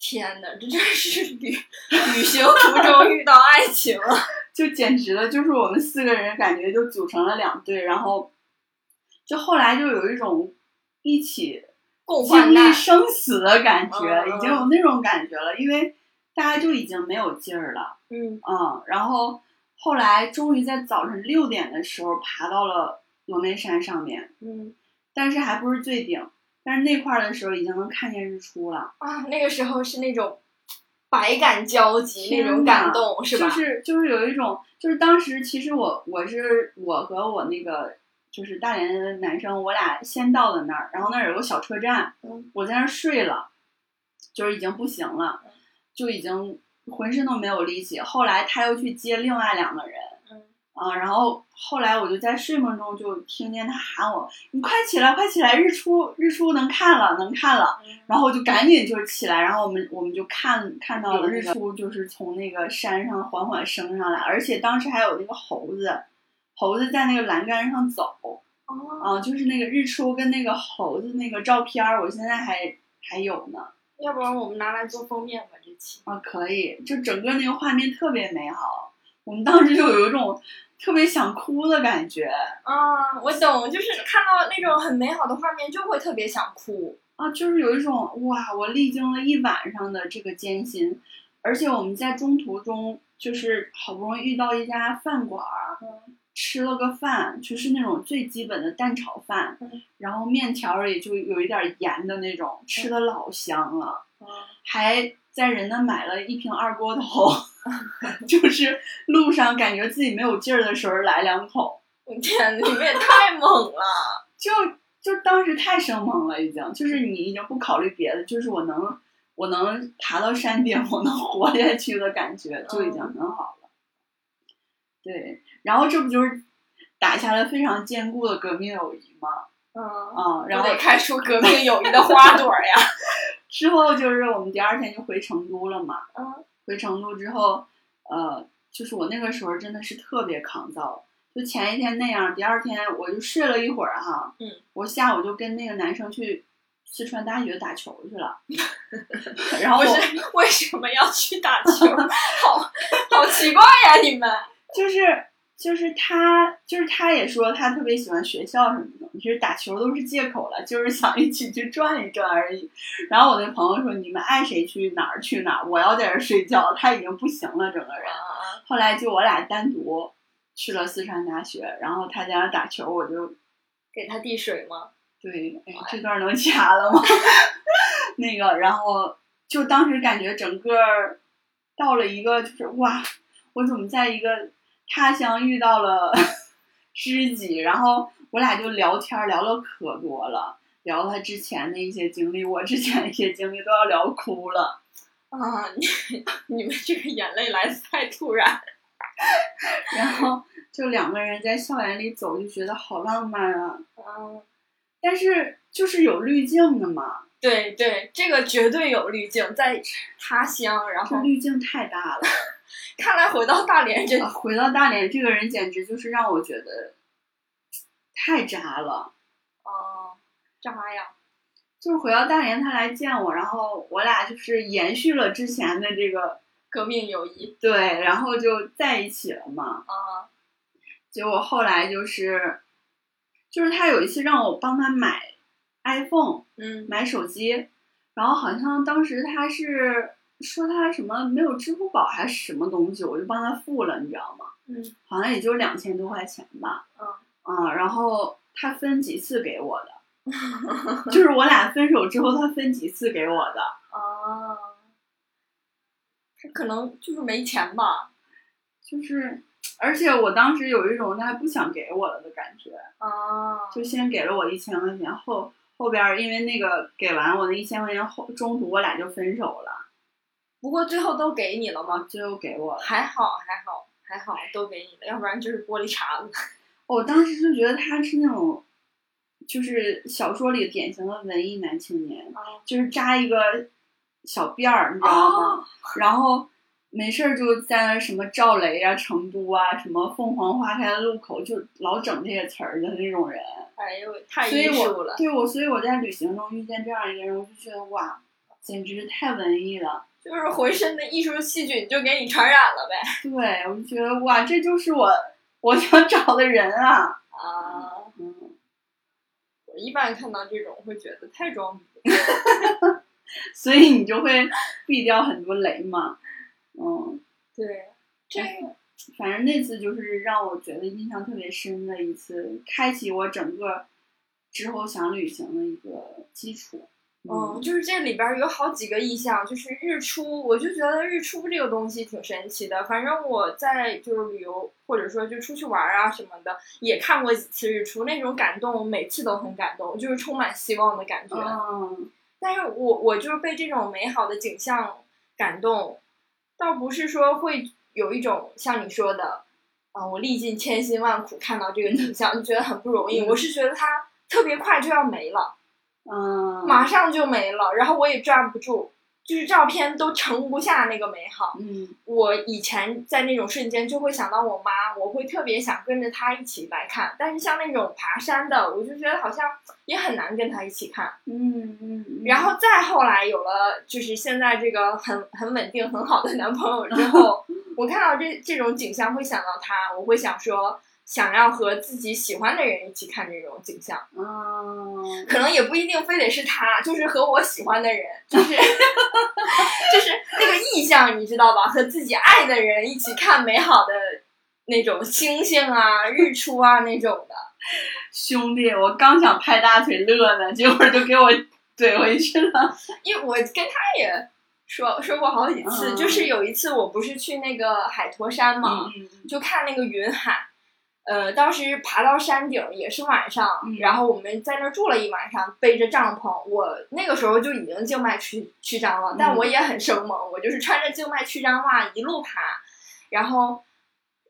[SPEAKER 2] 天哪，这真是旅旅行途中遇到爱情了。
[SPEAKER 1] 就简直了，就是我们四个人感觉就组成了两队，然后就后来就有一种一起
[SPEAKER 2] 共患
[SPEAKER 1] 经历
[SPEAKER 2] 难，
[SPEAKER 1] 生死的感觉，
[SPEAKER 2] 嗯
[SPEAKER 1] 已经有那种感觉了，因为大家就已经没有劲儿了，
[SPEAKER 2] 嗯，
[SPEAKER 1] 嗯，然后后来终于在早晨六点的时候爬到了峨眉山上面，
[SPEAKER 2] 嗯
[SPEAKER 1] 但是还不是最顶，但是那块儿的时候已经能看见日出了，
[SPEAKER 2] 啊，那个时候是那种百感交集，
[SPEAKER 1] 天
[SPEAKER 2] 那
[SPEAKER 1] 哪
[SPEAKER 2] 种感动，是吧？
[SPEAKER 1] 就是就是有一种，就是当时其实我我是我和我那个。就是大连的男生，我俩先到的那儿，然后那儿有个小车站，
[SPEAKER 2] 嗯
[SPEAKER 1] 我在那儿睡了，就是已经不行了，就已经浑身都没有力气。后来他又去接另外两个人，
[SPEAKER 2] 嗯
[SPEAKER 1] 啊，然后后来我就在睡梦中就听见他喊我：“你快起来，快起来，日出日出能看了，能看了。”然后我就赶紧就起来，然后我们我们就看看到了日出，就是从那个山上缓缓升上来，而且当时还有那个猴子，猴子在那个栏杆上走，
[SPEAKER 2] 哦，
[SPEAKER 1] 啊，就是那个日出跟那个猴子那个照片儿，我现在还还有呢，
[SPEAKER 2] 要不然我们拿来做封面吧，这期。
[SPEAKER 1] 啊，可以，就整个那个画面特别美好，我们当时就有一种特别想哭的感觉。
[SPEAKER 2] 啊，我懂，就是看到那种很美好的画面就会特别想哭。
[SPEAKER 1] 啊，就是有一种哇，我历经了一晚上的这个艰辛，而且我们在中途中就是好不容易遇到一家饭馆儿，吃了个饭，就是那种最基本的蛋炒饭，
[SPEAKER 2] 嗯
[SPEAKER 1] 然后面条儿也就有一点儿盐的那种，吃的老香了，还在人那买了一瓶二锅头， 就是路上感觉自己没有劲儿的时候来两口，
[SPEAKER 2] 我天呐，你们也太猛了！
[SPEAKER 1] 就就当时太生猛了，已经就是你已经不考虑别的，就是我能我能爬到山顶， 我能活下去的感觉就已经很好了。对，然后这不就是打下了非常坚固的革命友谊吗？
[SPEAKER 2] 嗯，
[SPEAKER 1] 啊、 然
[SPEAKER 2] 我
[SPEAKER 1] 后
[SPEAKER 2] 得开出革命友谊的花朵呀！
[SPEAKER 1] 之后就是我们第二天就回成都了嘛。
[SPEAKER 2] 嗯，
[SPEAKER 1] 回成都之后，呃，就是我那个时候真的是特别抗造，就前一天那样，第二天我就睡了一会儿哈，
[SPEAKER 2] 嗯，
[SPEAKER 1] 我下午就跟那个男生去四川大学打球去了， 然后
[SPEAKER 2] 不
[SPEAKER 1] 我
[SPEAKER 2] 是 为什么要去打球？好好奇怪呀，你们。
[SPEAKER 1] 就是就是他就是他也说他特别喜欢学校什么的，其实打球都是借口了，就是想一起去转一转而已。然后我那朋友说你们爱谁去哪儿去哪儿，我要在这儿睡觉，他已经不行了整个人。后来就我俩单独去了四川大学，然后他在那打球，我就
[SPEAKER 2] 给他递水吗？
[SPEAKER 1] 对，哎，这段能掐了吗？ 那个，然后就当时感觉整个儿到了一个就是哇，我怎么在一个他乡遇到了 知己？然后我俩就聊天儿聊了可多了，聊他之前的一些经历，我之前的一些经历都要聊哭了。
[SPEAKER 2] 啊，你 你们这个眼泪来的太突然。
[SPEAKER 1] 然后就两个人在校园里走，就觉得好浪漫啊。
[SPEAKER 2] 嗯，
[SPEAKER 1] 但是就是有滤镜的嘛，
[SPEAKER 2] 对对，这个绝对有滤镜，在他乡，然后
[SPEAKER 1] 这滤镜太大了。
[SPEAKER 2] 看来回到大连这
[SPEAKER 1] 啊回到大连，这个人简直就是让我觉得太渣了。
[SPEAKER 2] 哦，渣呀！
[SPEAKER 1] 就是回到大连，他来见我，然后我俩就是延续了之前的这个
[SPEAKER 2] 革命友谊
[SPEAKER 1] 对，然后就在一起了嘛。
[SPEAKER 2] 啊，
[SPEAKER 1] 结果后来就是，就是他有一次让我帮他买 iPhone，
[SPEAKER 2] 嗯
[SPEAKER 1] 买手机，然后好像当时他是说他什么没有支付宝还是什么东西，我就帮他付了，你知道吗？
[SPEAKER 2] 嗯
[SPEAKER 1] 好像也就两千多块钱吧。
[SPEAKER 2] 嗯
[SPEAKER 1] 嗯，然后他分几次给我的， 就是我俩分手之后，他分几次给我的。
[SPEAKER 2] 啊，他可能就是没钱吧？
[SPEAKER 1] 就是，而且我当时有一种他不想给我了的感觉，
[SPEAKER 2] 啊，
[SPEAKER 1] 就先给了我一千块钱，后后边儿因为那个给完我那一千块钱后，中途我俩就分手了，
[SPEAKER 2] 不过最后都给你了吗？
[SPEAKER 1] 最后给我了。
[SPEAKER 2] 还好，还好，还好，都给你了，要不然就是玻璃碴子。
[SPEAKER 1] 我当时就觉得他是那种，就是小说里典型的文艺男青年，
[SPEAKER 2] 啊，
[SPEAKER 1] 就是扎一个小辫儿，你知道吗？
[SPEAKER 2] 哦，
[SPEAKER 1] 然后没事儿就在那什么赵雷啊、成都啊、什么凤凰花开的路口，就老整这些词儿的那种人。
[SPEAKER 2] 哎呦，太
[SPEAKER 1] 所以
[SPEAKER 2] 艺术
[SPEAKER 1] 我
[SPEAKER 2] 了，
[SPEAKER 1] 对我，所以我在旅行中遇见这样一个人，我就觉得哇，简直太文艺了。
[SPEAKER 2] 就是浑身的艺术细菌就给你传染了呗。
[SPEAKER 1] 对，我就觉得哇，这就是我我想找的人啊。
[SPEAKER 2] 啊，
[SPEAKER 1] 嗯。
[SPEAKER 2] 我一般看到这种会觉得太装逼了。
[SPEAKER 1] 所以你就会避掉很多雷嘛。嗯，
[SPEAKER 2] 对，这个
[SPEAKER 1] 反正那次就是让我觉得印象特别深的一次，开启我整个之后想旅行的一个基础。
[SPEAKER 2] 嗯，，就是这里边儿有好几个意象，就是日出，我就觉得日出这个东西挺神奇的。反正我在就是旅游或者说就出去玩儿啊什么的，也看过几次日出，那种感动，每次都很感动，就是充满希望的感觉。
[SPEAKER 1] 嗯，
[SPEAKER 2] 但是我我就是被这种美好的景象感动，倒不是说会有一种像你说的，啊、我历尽千辛万苦看到这个景象，就觉得很不容易。我是觉得它特别快就要没了，
[SPEAKER 1] 嗯，
[SPEAKER 2] 马上就没了，然后我也抓不住，就是照片都盛不下那个美好。
[SPEAKER 1] 嗯
[SPEAKER 2] 我以前在那种瞬间就会想到我妈，我会特别想跟着她一起来看。但是像那种爬山的，我就觉得好像也很难跟她一起看。
[SPEAKER 1] 嗯嗯，
[SPEAKER 2] 然后再后来有了，就是现在这个很很稳定很好的男朋友之后，我看到这这种景象会想到他，我会想说想要和自己喜欢的人一起看这种景象，
[SPEAKER 1] 嗯
[SPEAKER 2] 可能也不一定非得是他，就是和我喜欢的人，就是 就是那个意象，你知道吧？和自己爱的人一起看美好的那种星星啊、日出啊那种的。
[SPEAKER 1] 兄弟，我刚想拍大腿乐呢，结果就给我怼回去了。
[SPEAKER 2] 因为我跟他也说说过好几次，
[SPEAKER 1] 嗯
[SPEAKER 2] 就是有一次我不是去那个海坨山嘛，
[SPEAKER 1] 嗯
[SPEAKER 2] 就看那个云海。呃，当时爬到山顶也是晚上，
[SPEAKER 1] 嗯
[SPEAKER 2] 然后我们在那儿住了一晚上，背着帐篷。我那个时候就已经静脉曲曲张了，但
[SPEAKER 1] 嗯
[SPEAKER 2] 我也很生猛，我就是穿着静脉曲张袜一路爬，然后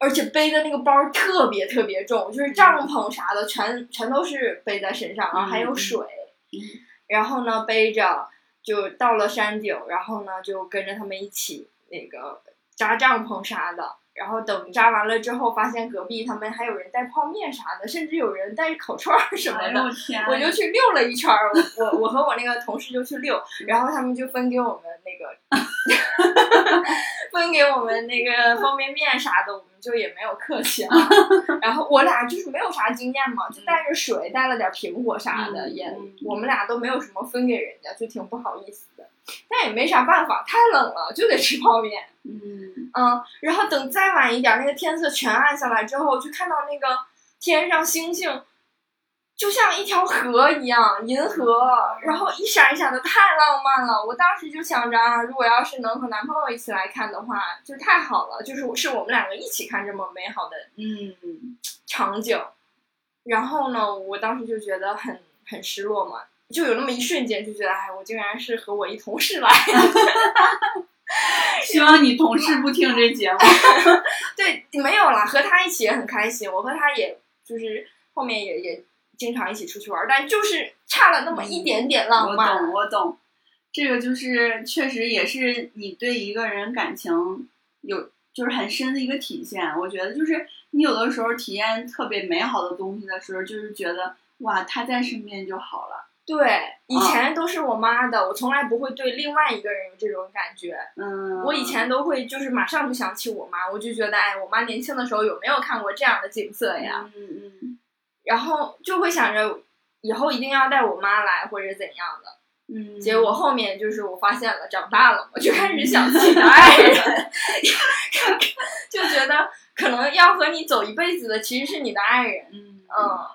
[SPEAKER 2] 而且背的那个包特别特别重，就是帐篷啥的全全都是背在身上，然后还有
[SPEAKER 1] 嗯
[SPEAKER 2] 水，
[SPEAKER 1] 嗯
[SPEAKER 2] 然后呢背着就到了山顶，然后呢就跟着他们一起那个扎帐篷啥的。然后等扎完了之后，发现隔壁他们还有人带泡面啥的，甚至有人带烤串儿什么
[SPEAKER 1] 哎
[SPEAKER 2] 的。
[SPEAKER 1] 呦我天，
[SPEAKER 2] 我就去溜了一圈儿，我我我和我那个同事就去溜，然后他们就分给我们那个， 分给我们那个方便面啥的，我们就也没有客气啊。然后我俩就是没有啥经验嘛，就带着水，带了点苹果啥的，
[SPEAKER 1] 嗯
[SPEAKER 2] 也
[SPEAKER 1] 嗯
[SPEAKER 2] 我们俩都没有什么分给人家，就挺不好意思的。但也没啥办法，太冷了，就得吃泡面。
[SPEAKER 1] 嗯
[SPEAKER 2] 嗯，然后等再晚一点，那个天色全暗下来之后，就看到那个天上星星，就像一条河一样，银河，然后一闪一闪的，太浪漫了。我当时就想着啊，如果要是能和男朋友一起来看的话，就太好了，就是是我们两个一起看这么美好的
[SPEAKER 1] 嗯
[SPEAKER 2] 场景。然后呢，我当时就觉得很很失落嘛，就有那么一瞬间就觉得，哎，我竟然是和我一同事来的
[SPEAKER 1] 希望你同事不听这节目。
[SPEAKER 2] 对，没有啦，和他一起也很开心。我和他也就是后面也也经常一起出去玩儿，但就是差了那么一点点浪
[SPEAKER 1] 嗯我
[SPEAKER 2] 漫。
[SPEAKER 1] 懂，我懂。这个就是确实也是你对一个人感情有就是很深的一个体现。我觉得就是你有的时候体验特别美好的东西的时候，就是觉得哇，他在身边就好了。
[SPEAKER 2] 对，以
[SPEAKER 1] 嗯
[SPEAKER 2] 前都是我妈的，我从来不会对另外一个人有这种感觉。
[SPEAKER 1] 嗯，
[SPEAKER 2] 我以前都会就是马上就想起我妈，我就觉得哎，我妈年轻的时候有没有看过这样的景色呀？
[SPEAKER 1] 嗯嗯
[SPEAKER 2] 然后就会想着以后一定要带我妈来或者怎样的。
[SPEAKER 1] 嗯，
[SPEAKER 2] 结果后面就是我发现了，长大了，我就开始想自己的爱人， 就觉得可能要和你走一辈子的其实是你的爱人。
[SPEAKER 1] 嗯嗯，
[SPEAKER 2] 嗯，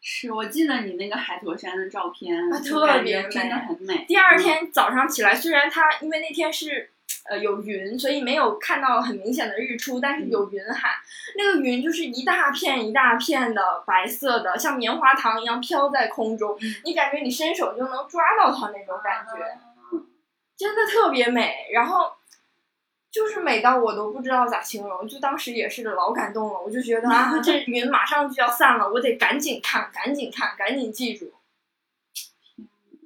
[SPEAKER 1] 是我记得你那个海坨山的照片，
[SPEAKER 2] 啊
[SPEAKER 1] 就感
[SPEAKER 2] 特别
[SPEAKER 1] 觉真的
[SPEAKER 2] 美
[SPEAKER 1] 很美。
[SPEAKER 2] 第二天早上起来，虽然它因为那天是呃有云，所以没有看到很明显的日出，但是有云海，那个云就是一大片一大片的白色的，像棉花糖一样飘在空中
[SPEAKER 1] 嗯，
[SPEAKER 2] 你感觉你伸手就能抓到它那种感觉。
[SPEAKER 1] 嗯
[SPEAKER 2] 真的特别美，然后就是美到我都不知道咋形容，就当时也是老感动了，我就觉得啊，这云马上就要散了，我得赶紧看，赶紧看，赶紧记住，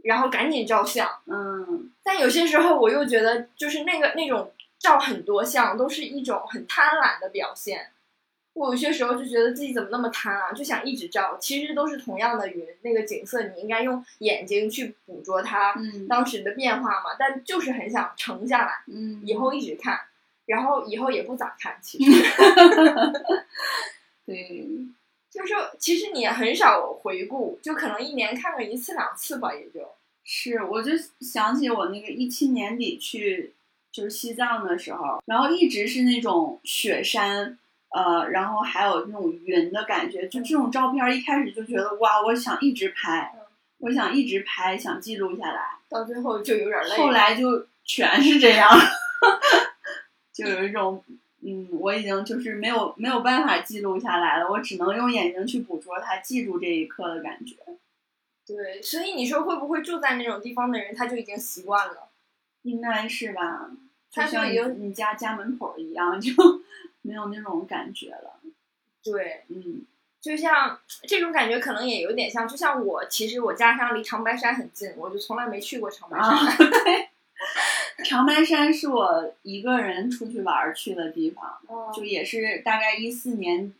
[SPEAKER 2] 然后赶紧照相。
[SPEAKER 1] 嗯
[SPEAKER 2] 但有些时候我又觉得，就是那个那种照很多相，都是一种很贪婪的表现。我有些时候就觉得自己怎么那么贪啊，就想一直照，其实都是同样的云，那个景色你应该用眼睛去捕捉它，
[SPEAKER 1] 嗯
[SPEAKER 2] 当时的变化嘛，但就是很想沉下来，
[SPEAKER 1] 嗯，
[SPEAKER 2] 以后一直看，然后以后也不咋看，其实
[SPEAKER 1] 对，
[SPEAKER 2] 就是说其实你也很少回顾，就可能一年看个一次两次吧，也就。
[SPEAKER 1] 是，我就想起我那个一七年底去就是西藏的时候，然后一直是那种雪山，呃，然后还有那种云的感觉，就这种照片儿一开始就觉得哇，我想一直拍
[SPEAKER 2] 嗯，
[SPEAKER 1] 我想一直拍，想记录下来，
[SPEAKER 2] 到最后就有点累。
[SPEAKER 1] 后，来就全是这样， 就有一种。嗯，我已经就是没有没有办法记录下来了，我只能用眼睛去捕捉它，记住这一刻的感觉。
[SPEAKER 2] 对，所以你说会不会住在那种地方的人，他就已经习惯了，
[SPEAKER 1] 应该是吧？就
[SPEAKER 2] 它
[SPEAKER 1] 像
[SPEAKER 2] 就已
[SPEAKER 1] 你
[SPEAKER 2] 经
[SPEAKER 1] 你家家门口一样， 就没有那种感觉了。
[SPEAKER 2] 对，
[SPEAKER 1] 嗯
[SPEAKER 2] 就像这种感觉可能也有点像，就像我其实我家乡离长白山很近，我就从来没去过长白山。
[SPEAKER 1] 啊，对。长白山是我一个人出去玩儿去的地方，
[SPEAKER 2] 嗯
[SPEAKER 1] 就也是大概一四年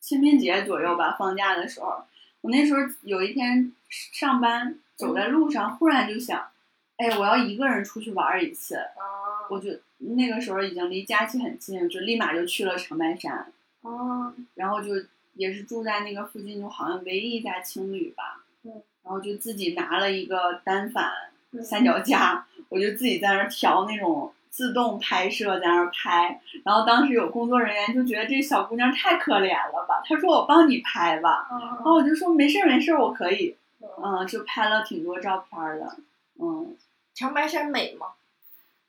[SPEAKER 1] 清明节左右吧，放假的时候，我那时候有一天上班走在路上，忽然就想，哎，我要一个人出去玩儿一次。
[SPEAKER 2] 啊
[SPEAKER 1] 我就那个时候已经离假期很近，就立马就去了长白山。
[SPEAKER 2] 啊
[SPEAKER 1] 然后就也是住在那个附近，就好像唯一一家青旅吧。
[SPEAKER 2] 嗯。
[SPEAKER 1] 然后就自己拿了一个单反
[SPEAKER 2] 嗯
[SPEAKER 1] 三脚架，我就自己在那儿调那种自动拍摄，在那儿拍。然后当时有工作人员就觉得这小姑娘太可怜了吧，她说我帮你拍吧。然后我
[SPEAKER 2] 啊！
[SPEAKER 1] 就说没事儿没事儿，我可以。
[SPEAKER 2] 嗯
[SPEAKER 1] 嗯，就拍了挺多照片儿的。嗯，
[SPEAKER 2] 长白山美吗？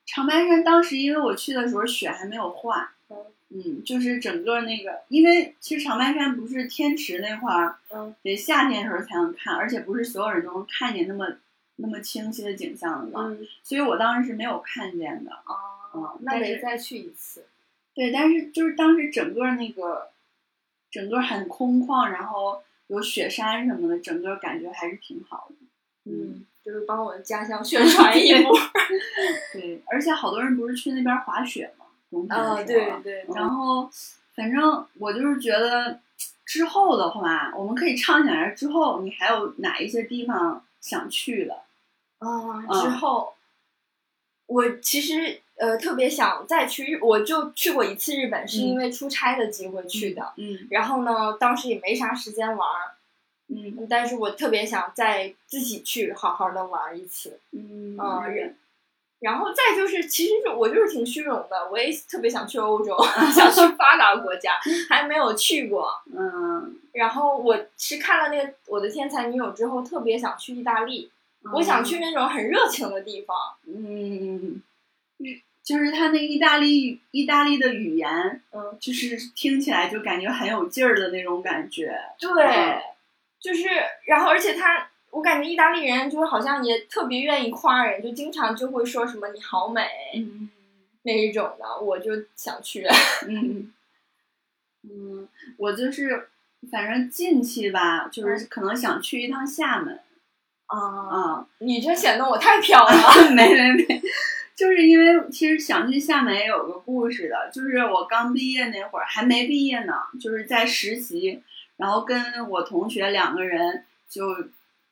[SPEAKER 1] 长白山当时因为我去的时候雪还没有化
[SPEAKER 2] 嗯。
[SPEAKER 1] 嗯，就是整个那个，因为其实长白山不是天池那块儿，
[SPEAKER 2] 嗯
[SPEAKER 1] 得夏天的时候才能看，而且不是所有人都能看见那么那么清晰的景象的嘛，
[SPEAKER 2] 嗯
[SPEAKER 1] 所以我当时是没有看见的。
[SPEAKER 2] 啊
[SPEAKER 1] 嗯，
[SPEAKER 2] 那
[SPEAKER 1] 但
[SPEAKER 2] 得
[SPEAKER 1] 是
[SPEAKER 2] 再去一次。
[SPEAKER 1] 对，但是就是当时整个那个，整个很空旷，然后有雪山什么的，整个感觉还是挺好的。，
[SPEAKER 2] 嗯，就是帮我的家乡宣传一波。
[SPEAKER 1] 对，而且好多人不是去那边滑雪嘛，冬天
[SPEAKER 2] 啊，
[SPEAKER 1] 的时候。
[SPEAKER 2] 对对，
[SPEAKER 1] 然后，反正我就是觉得之后的话，我们可以畅想一下之后你还有哪一些地方想去的。
[SPEAKER 2] 啊，
[SPEAKER 1] 嗯
[SPEAKER 2] 之后我其实呃特别想再去日，我就去过一次日本，是因为出差的机会去的。
[SPEAKER 1] 嗯
[SPEAKER 2] 然后呢，当时也没啥时间玩儿，
[SPEAKER 1] 嗯
[SPEAKER 2] 但是我特别想再自己去好好的玩儿一次。
[SPEAKER 1] 嗯
[SPEAKER 2] 啊
[SPEAKER 1] 日本
[SPEAKER 2] 然后再就是，其实我就是挺虚荣的，我也特别想去欧洲，想去发达国家，还没有去过。
[SPEAKER 1] 嗯，
[SPEAKER 2] 然后我是看了那个《我的天才女友》之后，特别想去意大利，我想去，那种很热情的地方。
[SPEAKER 1] 嗯，日就是他那意大利意大利的语言，
[SPEAKER 2] 嗯，
[SPEAKER 1] 就是听起来就感觉很有劲儿的那种感觉。嗯
[SPEAKER 2] 对，就是，然后而且他，我感觉意大利人就是好像也特别愿意夸人，就经常就会说什么“你好美
[SPEAKER 1] 嗯”
[SPEAKER 2] 那一种的，我就想去。
[SPEAKER 1] 嗯嗯，我就是反正近期吧，
[SPEAKER 2] 嗯
[SPEAKER 1] 就是可能想去一趟厦门
[SPEAKER 2] 啊，
[SPEAKER 1] 啊、
[SPEAKER 2] 你这显得我太飘了。
[SPEAKER 1] 没没没，就是因为其实想去厦门也有个故事的，就是我刚毕业那会儿还没毕业呢，就是在实习，然后跟我同学两个人就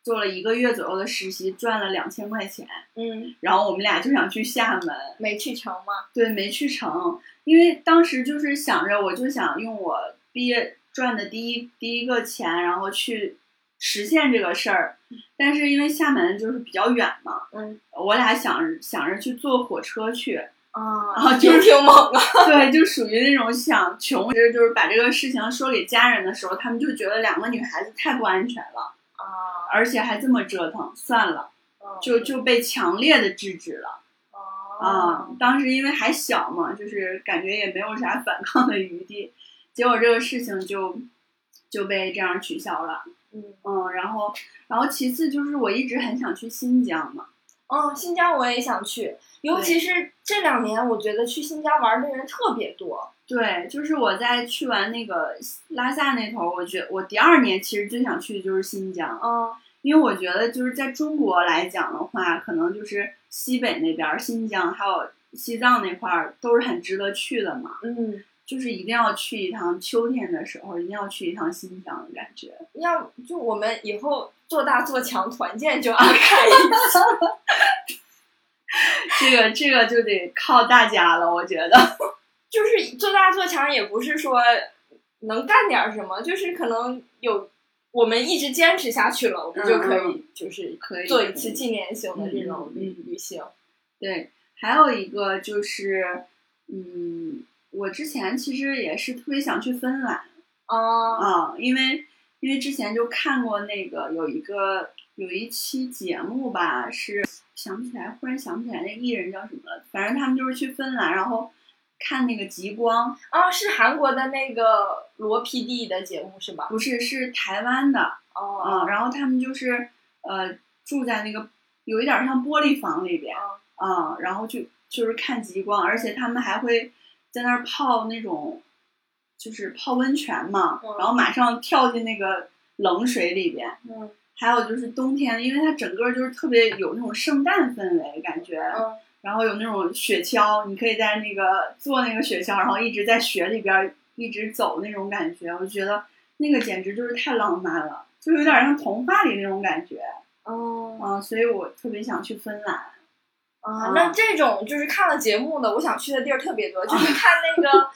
[SPEAKER 1] 做了一个月左右的实习，赚了两千块钱，
[SPEAKER 2] 嗯，
[SPEAKER 1] 然后我们俩就想去厦门，
[SPEAKER 2] 没去成吗？
[SPEAKER 1] 对，没去成，因为当时就是想着我就想用我毕业赚的第一第一个钱，然后去实现这个事儿，但是因为厦门就是比较远嘛。
[SPEAKER 2] 嗯
[SPEAKER 1] 我俩想着想着去坐火车去，
[SPEAKER 2] 啊
[SPEAKER 1] 啊
[SPEAKER 2] 就
[SPEAKER 1] 就是
[SPEAKER 2] 挺猛啊。
[SPEAKER 1] 对，就属于那种想穷，就是就是把这个事情说给家人的时候，他们就觉得两个女孩子太不安全了，
[SPEAKER 2] 啊，
[SPEAKER 1] 而且还这么折腾，算了，就就被强烈的制止了啊
[SPEAKER 2] 啊。
[SPEAKER 1] 当时因为还小嘛，就是感觉也没有啥反抗的余地，结果这个事情就就被这样取消了。
[SPEAKER 2] 嗯
[SPEAKER 1] 嗯，然后然后其次就是我一直很想去新疆嘛，
[SPEAKER 2] 哦，新疆我也想去，尤其是这两年，我觉得去新疆玩的人特别多。
[SPEAKER 1] 对，就是我在去完那个拉萨那头，我觉我第二年其实最想去的就是新疆，
[SPEAKER 2] 嗯
[SPEAKER 1] 因为我觉得就是在中国来讲的话，可能就是西北那边儿，新疆还有西藏那块儿都是很值得去的嘛，
[SPEAKER 2] 嗯，
[SPEAKER 1] 就是一定要去一趟秋天的时候，一定要去一趟新疆的感觉。
[SPEAKER 2] 要就我们以后做大做强，团建就安排一次。
[SPEAKER 1] 这个这个就得靠大家了，我觉得。
[SPEAKER 2] 就是做大做强，也不是说能干点什么，就是可能有我们一直坚持下去了，我们就可
[SPEAKER 1] 嗯
[SPEAKER 2] 以就是
[SPEAKER 1] 可以
[SPEAKER 2] 做一
[SPEAKER 1] 可
[SPEAKER 2] 次
[SPEAKER 1] 以
[SPEAKER 2] 纪念性的这种
[SPEAKER 1] 嗯
[SPEAKER 2] 旅
[SPEAKER 1] 嗯
[SPEAKER 2] 旅行。
[SPEAKER 1] 对，还有一个就是，嗯，我之前其实也是特别想去芬兰。
[SPEAKER 2] 啊
[SPEAKER 1] 啊，因为因为之前就看过那个有一个有一期节目吧，是想不起来，忽然想不起来那艺人叫什么了，反正他们就是去芬兰，然后看那个极光，
[SPEAKER 2] 啊，是韩国的那个罗 PD 的节目是吧？
[SPEAKER 1] 不是是台湾的，
[SPEAKER 2] 哦
[SPEAKER 1] 啊，然后他们就是呃住在那个有一点儿像玻璃房里边，
[SPEAKER 2] 哦
[SPEAKER 1] 啊，然后就就是看极光，而且他们还会在那儿泡那种，就是泡温泉嘛，
[SPEAKER 2] 嗯
[SPEAKER 1] 然后马上跳进那个冷水里边。
[SPEAKER 2] 嗯
[SPEAKER 1] 还有就是冬天，因为它整个就是特别有那种圣诞氛围感觉，
[SPEAKER 2] 嗯，
[SPEAKER 1] 然后有那种雪橇，你可以在那个坐那个雪橇，然后一直在雪里边儿一直走那种感觉，我就觉得那个简直就是太浪漫了，就有点像童话里那种感觉
[SPEAKER 2] 哦
[SPEAKER 1] 啊、所以我特别想去芬兰。嗯
[SPEAKER 2] 啊，那这种就是看了节目的，我想去的地儿特别多，就是看 那个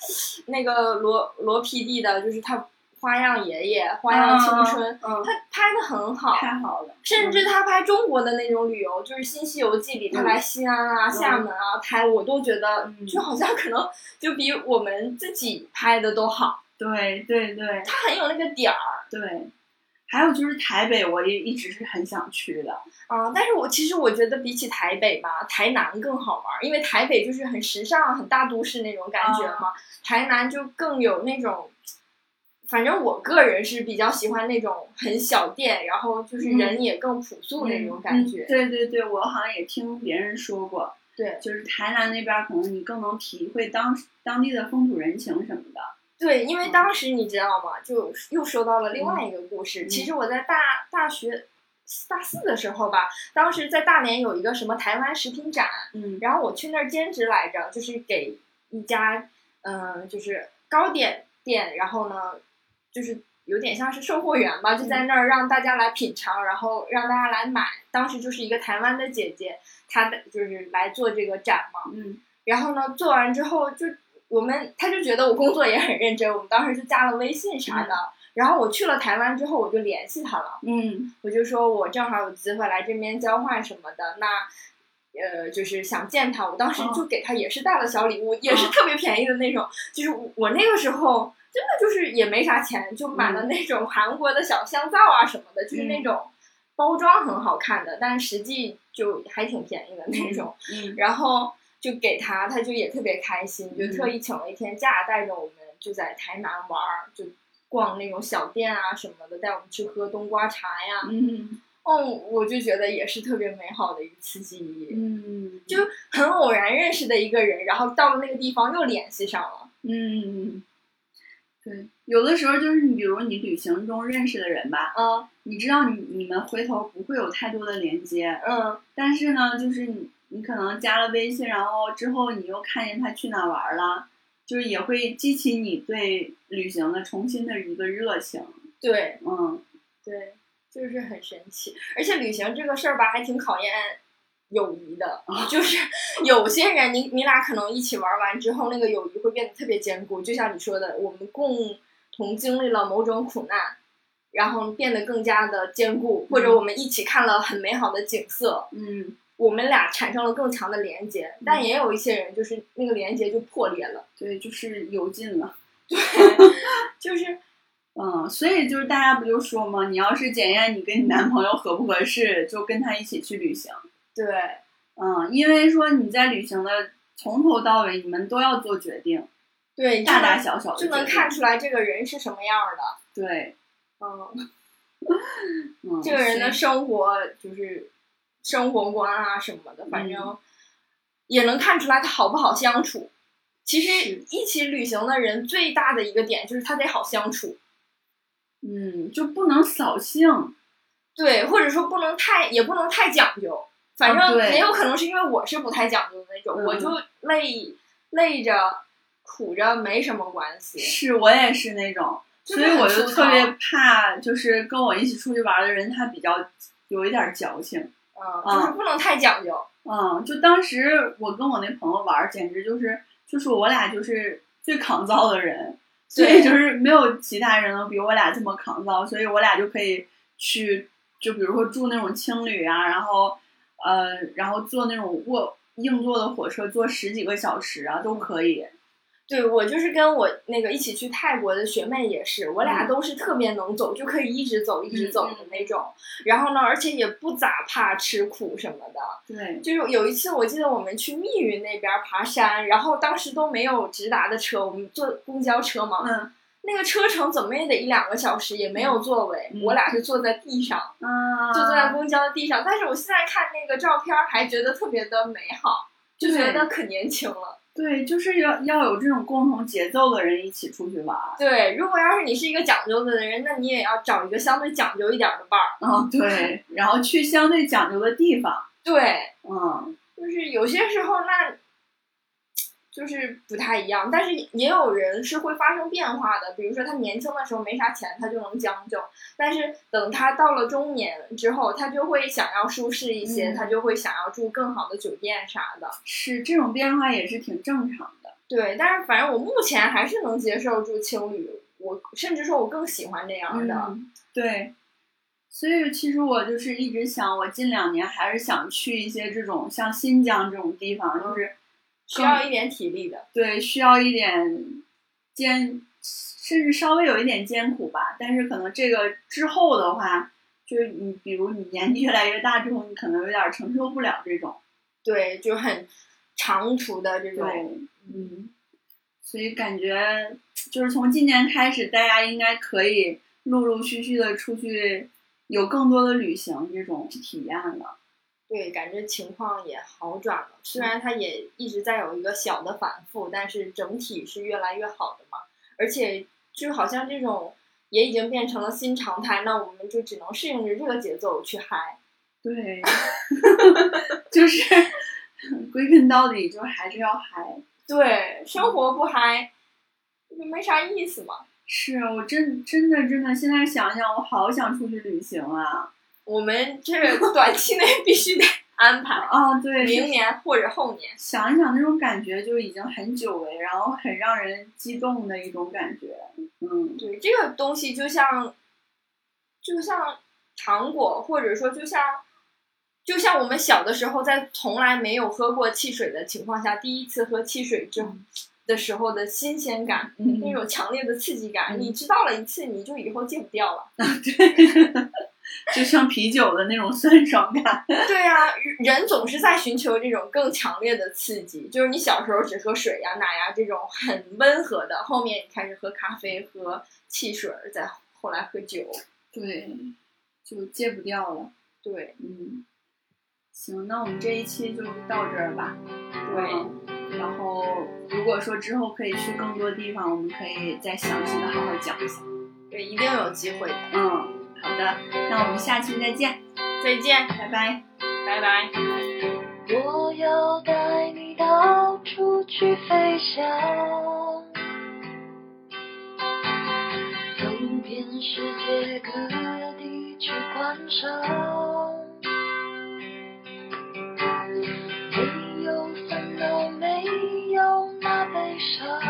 [SPEAKER 2] 那个罗罗 PD 的，就是他花样爷爷、花样青春，
[SPEAKER 1] 嗯，
[SPEAKER 2] 他拍的很好，
[SPEAKER 1] 太好了，
[SPEAKER 2] 甚至他拍中国的那种旅游，就是《新西游记》里他
[SPEAKER 1] 嗯
[SPEAKER 2] 来西安啊、厦门啊拍，我都觉得
[SPEAKER 1] 嗯
[SPEAKER 2] 就好像可能就比我们自己拍的都好，
[SPEAKER 1] 对对对
[SPEAKER 2] 他很有那个点儿
[SPEAKER 1] 对。还有就是台北，我也一直是很想去的。
[SPEAKER 2] 啊。但是我其实我觉得比起台北吧，台南更好玩儿，因为台北就是很时尚、很大都市那种感觉
[SPEAKER 1] 哦
[SPEAKER 2] 嘛，台南就更有那种。反正我个人是比较喜欢那种很小店，然后就是
[SPEAKER 1] 嗯
[SPEAKER 2] 人也更朴素那种感觉。
[SPEAKER 1] 嗯对对对，我好像也听别人说过，
[SPEAKER 2] 对
[SPEAKER 1] 就是台南那边儿可能你更能体会当当地的风土人情什么的。
[SPEAKER 2] 对，因为当时你知道吗？就又说到了另外一个故
[SPEAKER 1] 嗯
[SPEAKER 2] 事。
[SPEAKER 1] 嗯
[SPEAKER 2] 其实我在大大学大四的时候吧，当时在大连有一个什么台湾食品展，
[SPEAKER 1] 嗯
[SPEAKER 2] 然后我去那儿兼职来着，就是给一家嗯、呃就是糕点店，然后呢，就是有点像是售货员吧，就在那儿让大家来品尝，然后让大家来买。当时就是一个台湾的姐姐，她的就是来做这个展嘛，
[SPEAKER 1] 嗯
[SPEAKER 2] 然后呢，做完之后就我们他就觉得我工作也很认真，我们当时就加了微信啥的。然后我去了台湾之后，我就联系他了，
[SPEAKER 1] 嗯
[SPEAKER 2] 我就说我正好有机会来这边交换什么的，那。呃，就是想见他，我当时就给他也是带了小礼物，也是
[SPEAKER 1] 嗯
[SPEAKER 2] 特别便宜的那种。就是我我那个时候真的就是也没啥钱，就买了那种韩国的小香皂啊什么的，就是
[SPEAKER 1] 嗯
[SPEAKER 2] 那种包装很好看的，但实际就还挺便宜的那种。
[SPEAKER 1] 嗯
[SPEAKER 2] 然后就给他，他就也特别开心，就
[SPEAKER 1] 嗯
[SPEAKER 2] 特意请了一天假，带着我们就在台南玩儿，就逛那种小店啊什么的，带我们去喝冬瓜茶呀。
[SPEAKER 1] 嗯
[SPEAKER 2] 哦，我就觉得也是特别美好的一次记忆，
[SPEAKER 1] 嗯，
[SPEAKER 2] 就很偶然认识的一个人，然后到了那个地方又联系上了。
[SPEAKER 1] 嗯，对，有的时候就是你，比如你旅行中认识的人吧，
[SPEAKER 2] 嗯
[SPEAKER 1] 你知道你你们回头不会有太多的连接，
[SPEAKER 2] 嗯
[SPEAKER 1] 但是呢，就是你你可能加了微信，然后之后你又看见他去哪玩儿了，就是也会激起你对旅行的重新的一个热情。
[SPEAKER 2] 对
[SPEAKER 1] 嗯，
[SPEAKER 2] 对，就是很神奇，而且旅行这个事儿吧，还挺考验。友谊的，就是有些人你你俩可能一起玩完之后，那个友谊会变得特别坚固。就像你说的，我们共同经历了某种苦难，然后变得更加的坚固，或者我们一起看了很美好的景色，
[SPEAKER 1] 嗯，
[SPEAKER 2] 我们俩产生了更强的连接。但也有一些人，就是那个连接就破裂 了，
[SPEAKER 1] 对，就是有劲了。
[SPEAKER 2] 就是
[SPEAKER 1] 嗯，所以就是大家不就说嘛，你要是检验你跟你男朋友合不合适，就跟他一起去旅行。
[SPEAKER 2] 对
[SPEAKER 1] 嗯，因为说你在旅行的从头到尾，你们都要做决定，
[SPEAKER 2] 对，
[SPEAKER 1] 大大
[SPEAKER 2] 就
[SPEAKER 1] 小小的
[SPEAKER 2] 能就
[SPEAKER 1] 决
[SPEAKER 2] 能
[SPEAKER 1] 定
[SPEAKER 2] 看出来这个人是什么样儿的。
[SPEAKER 1] 对，
[SPEAKER 2] 嗯，
[SPEAKER 1] 嗯，
[SPEAKER 2] 这个人的
[SPEAKER 1] 是
[SPEAKER 2] 生活就是生活观啊什么的，反正也能看出来他好不好相处。其实一起旅行的人最大的一个点就是他得好相处，
[SPEAKER 1] 嗯，就不能扫兴。
[SPEAKER 2] 对，或者说不能太也不能太讲究，反
[SPEAKER 1] 啊
[SPEAKER 2] 正
[SPEAKER 1] 对
[SPEAKER 2] 也有可能是因为我是不太讲究的那种，
[SPEAKER 1] 嗯
[SPEAKER 2] 我就累累着苦着没什么关系，
[SPEAKER 1] 是我也是那种，
[SPEAKER 2] 就
[SPEAKER 1] 所
[SPEAKER 2] 是
[SPEAKER 1] 以我
[SPEAKER 2] 很
[SPEAKER 1] 就
[SPEAKER 2] 粗
[SPEAKER 1] 特别
[SPEAKER 2] 糙
[SPEAKER 1] 怕，就是跟我一起出去玩的人，他比较有一点儿矫情。
[SPEAKER 2] 嗯，
[SPEAKER 1] 啊
[SPEAKER 2] 就是不能太讲究，
[SPEAKER 1] 嗯，就当时我跟我那朋友玩儿，简直就是就是我俩就是最抗造的人，所
[SPEAKER 2] 对
[SPEAKER 1] 以就是没有其他人能比我俩这么抗造，所以我俩就可以去，就比如说住那种青旅啊，然后呃，然后坐那种卧硬座的火车，坐十几个小时啊，都可以。
[SPEAKER 2] 对我就是跟我那个一起去泰国的学妹也是，我
[SPEAKER 1] 嗯
[SPEAKER 2] 俩都是特别能走，就可以一直走一直走的那种。然后呢，而且也不咋怕吃苦什么的。
[SPEAKER 1] 对，
[SPEAKER 2] 就是有一次，我记得我们去密云那边爬山，然后当时都没有直达的车，我们坐公交车嘛，
[SPEAKER 1] 嗯
[SPEAKER 2] 那个车程怎么也得一两个小时，也没有座位，
[SPEAKER 1] 嗯
[SPEAKER 2] 我俩就坐在地上，
[SPEAKER 1] 啊，
[SPEAKER 2] 就坐在公交的地上。但是我现在看那个照片，还觉得特别的美好。就觉得可年轻了。
[SPEAKER 1] 对，就是要要有这种共同节奏的人一起出去玩。
[SPEAKER 2] 对，如果要是你是一个讲究的人，那你也要找一个相对讲究一点的伴儿。
[SPEAKER 1] 嗯，对，然后去相对讲究的地方。
[SPEAKER 2] 对，
[SPEAKER 1] 嗯，
[SPEAKER 2] 就是有些时候那，就是不太一样，但是也有人是会发生变化的。比如说他年轻的时候没啥钱，他就能将就，但是等他到了中年之后，他就会想要舒适一些，
[SPEAKER 1] 嗯
[SPEAKER 2] 他就会想要住更好的酒店啥的。
[SPEAKER 1] 是这种变化也是挺正常的。
[SPEAKER 2] 对，但是反正我目前还是能接受住青旅，我甚至说我更喜欢这样的。
[SPEAKER 1] 嗯，对。所以其实我就是一直想，我近两年还是想去一些这种像新疆这种地方，就是
[SPEAKER 2] 需要一点体力的，
[SPEAKER 1] 对需要一点艰，甚至稍微有一点艰苦吧。但是可能这个之后的话，就是你比如你年纪越来越大之后，你可能有点承受不了这种。
[SPEAKER 2] 对，就很长途的这种。
[SPEAKER 1] 对，嗯。所以感觉就是从今年开始，大家应该可以陆陆续续的出去，有更多的旅行这种体验了。
[SPEAKER 2] 对，感觉情况也好转了。虽然它也一直在有一个小的反复，但是整体是越来越好的嘛。而且就好像这种也已经变成了新常态，那我们就只能适应着这个节奏去嗨。
[SPEAKER 1] 对，就是 归根到底，就还是要嗨。
[SPEAKER 2] 对，生活不嗨，就没啥意思嘛。
[SPEAKER 1] 是啊我真真的真的，现在想想，我好想出去旅行啊！
[SPEAKER 2] 我们这短期内必须得安排，
[SPEAKER 1] 啊，对，
[SPEAKER 2] 明年或者后年。
[SPEAKER 1] 想一想那种感觉，就已经很久违，然后很让人激动的一种感觉。嗯，
[SPEAKER 2] 对，这个东西就像，就像糖果，或者说就像，就像我们小的时候在从来没有喝过汽水的情况下，第一次喝汽水之后的时候的新鲜感，
[SPEAKER 1] 嗯
[SPEAKER 2] 那种强烈的刺激感，
[SPEAKER 1] 嗯
[SPEAKER 2] 你知道了一次，你就以后戒不掉 了。
[SPEAKER 1] 就像啤酒的那种酸爽感。
[SPEAKER 2] 对呀、人总是在寻求这种更强烈的刺激，就是你小时候只喝水呀、奶呀这种很温和的，后面你开始喝咖啡、喝汽水，再后来喝酒，
[SPEAKER 1] 对，就戒不掉了。
[SPEAKER 2] 对。
[SPEAKER 1] 嗯，行，那我们这一期就到这儿吧。对，然后如果说之后可以去更多地方，我们可以再详细的好好讲一下。
[SPEAKER 2] 对，一定有机会的。
[SPEAKER 1] 嗯，好的，那我们下期再见，
[SPEAKER 2] 再见，
[SPEAKER 1] 拜拜。
[SPEAKER 2] 拜拜。
[SPEAKER 3] 我要带你到处去飞翔，走遍世界各地去观赏。没有烦恼，没有那悲伤，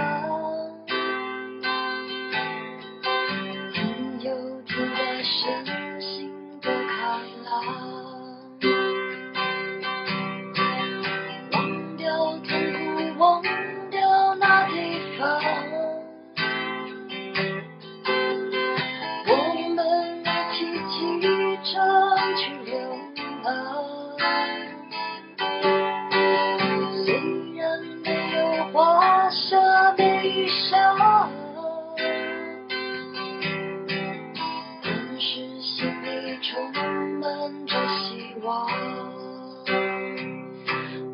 [SPEAKER 3] 自由自在，身心都开朗。忘掉痛苦，忘掉那地方。我们一起启程去流浪，虽然没有华厦美裳，但是心里充满着希望。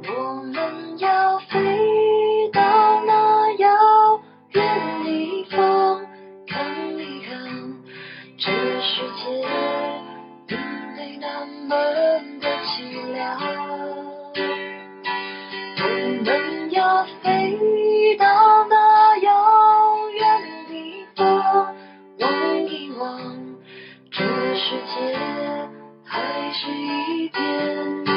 [SPEAKER 3] 我们要飞到那遥远地方，看一看这世界并没那么的凄凉。我们要飞到那遥远地方，望一望这世界还是一片。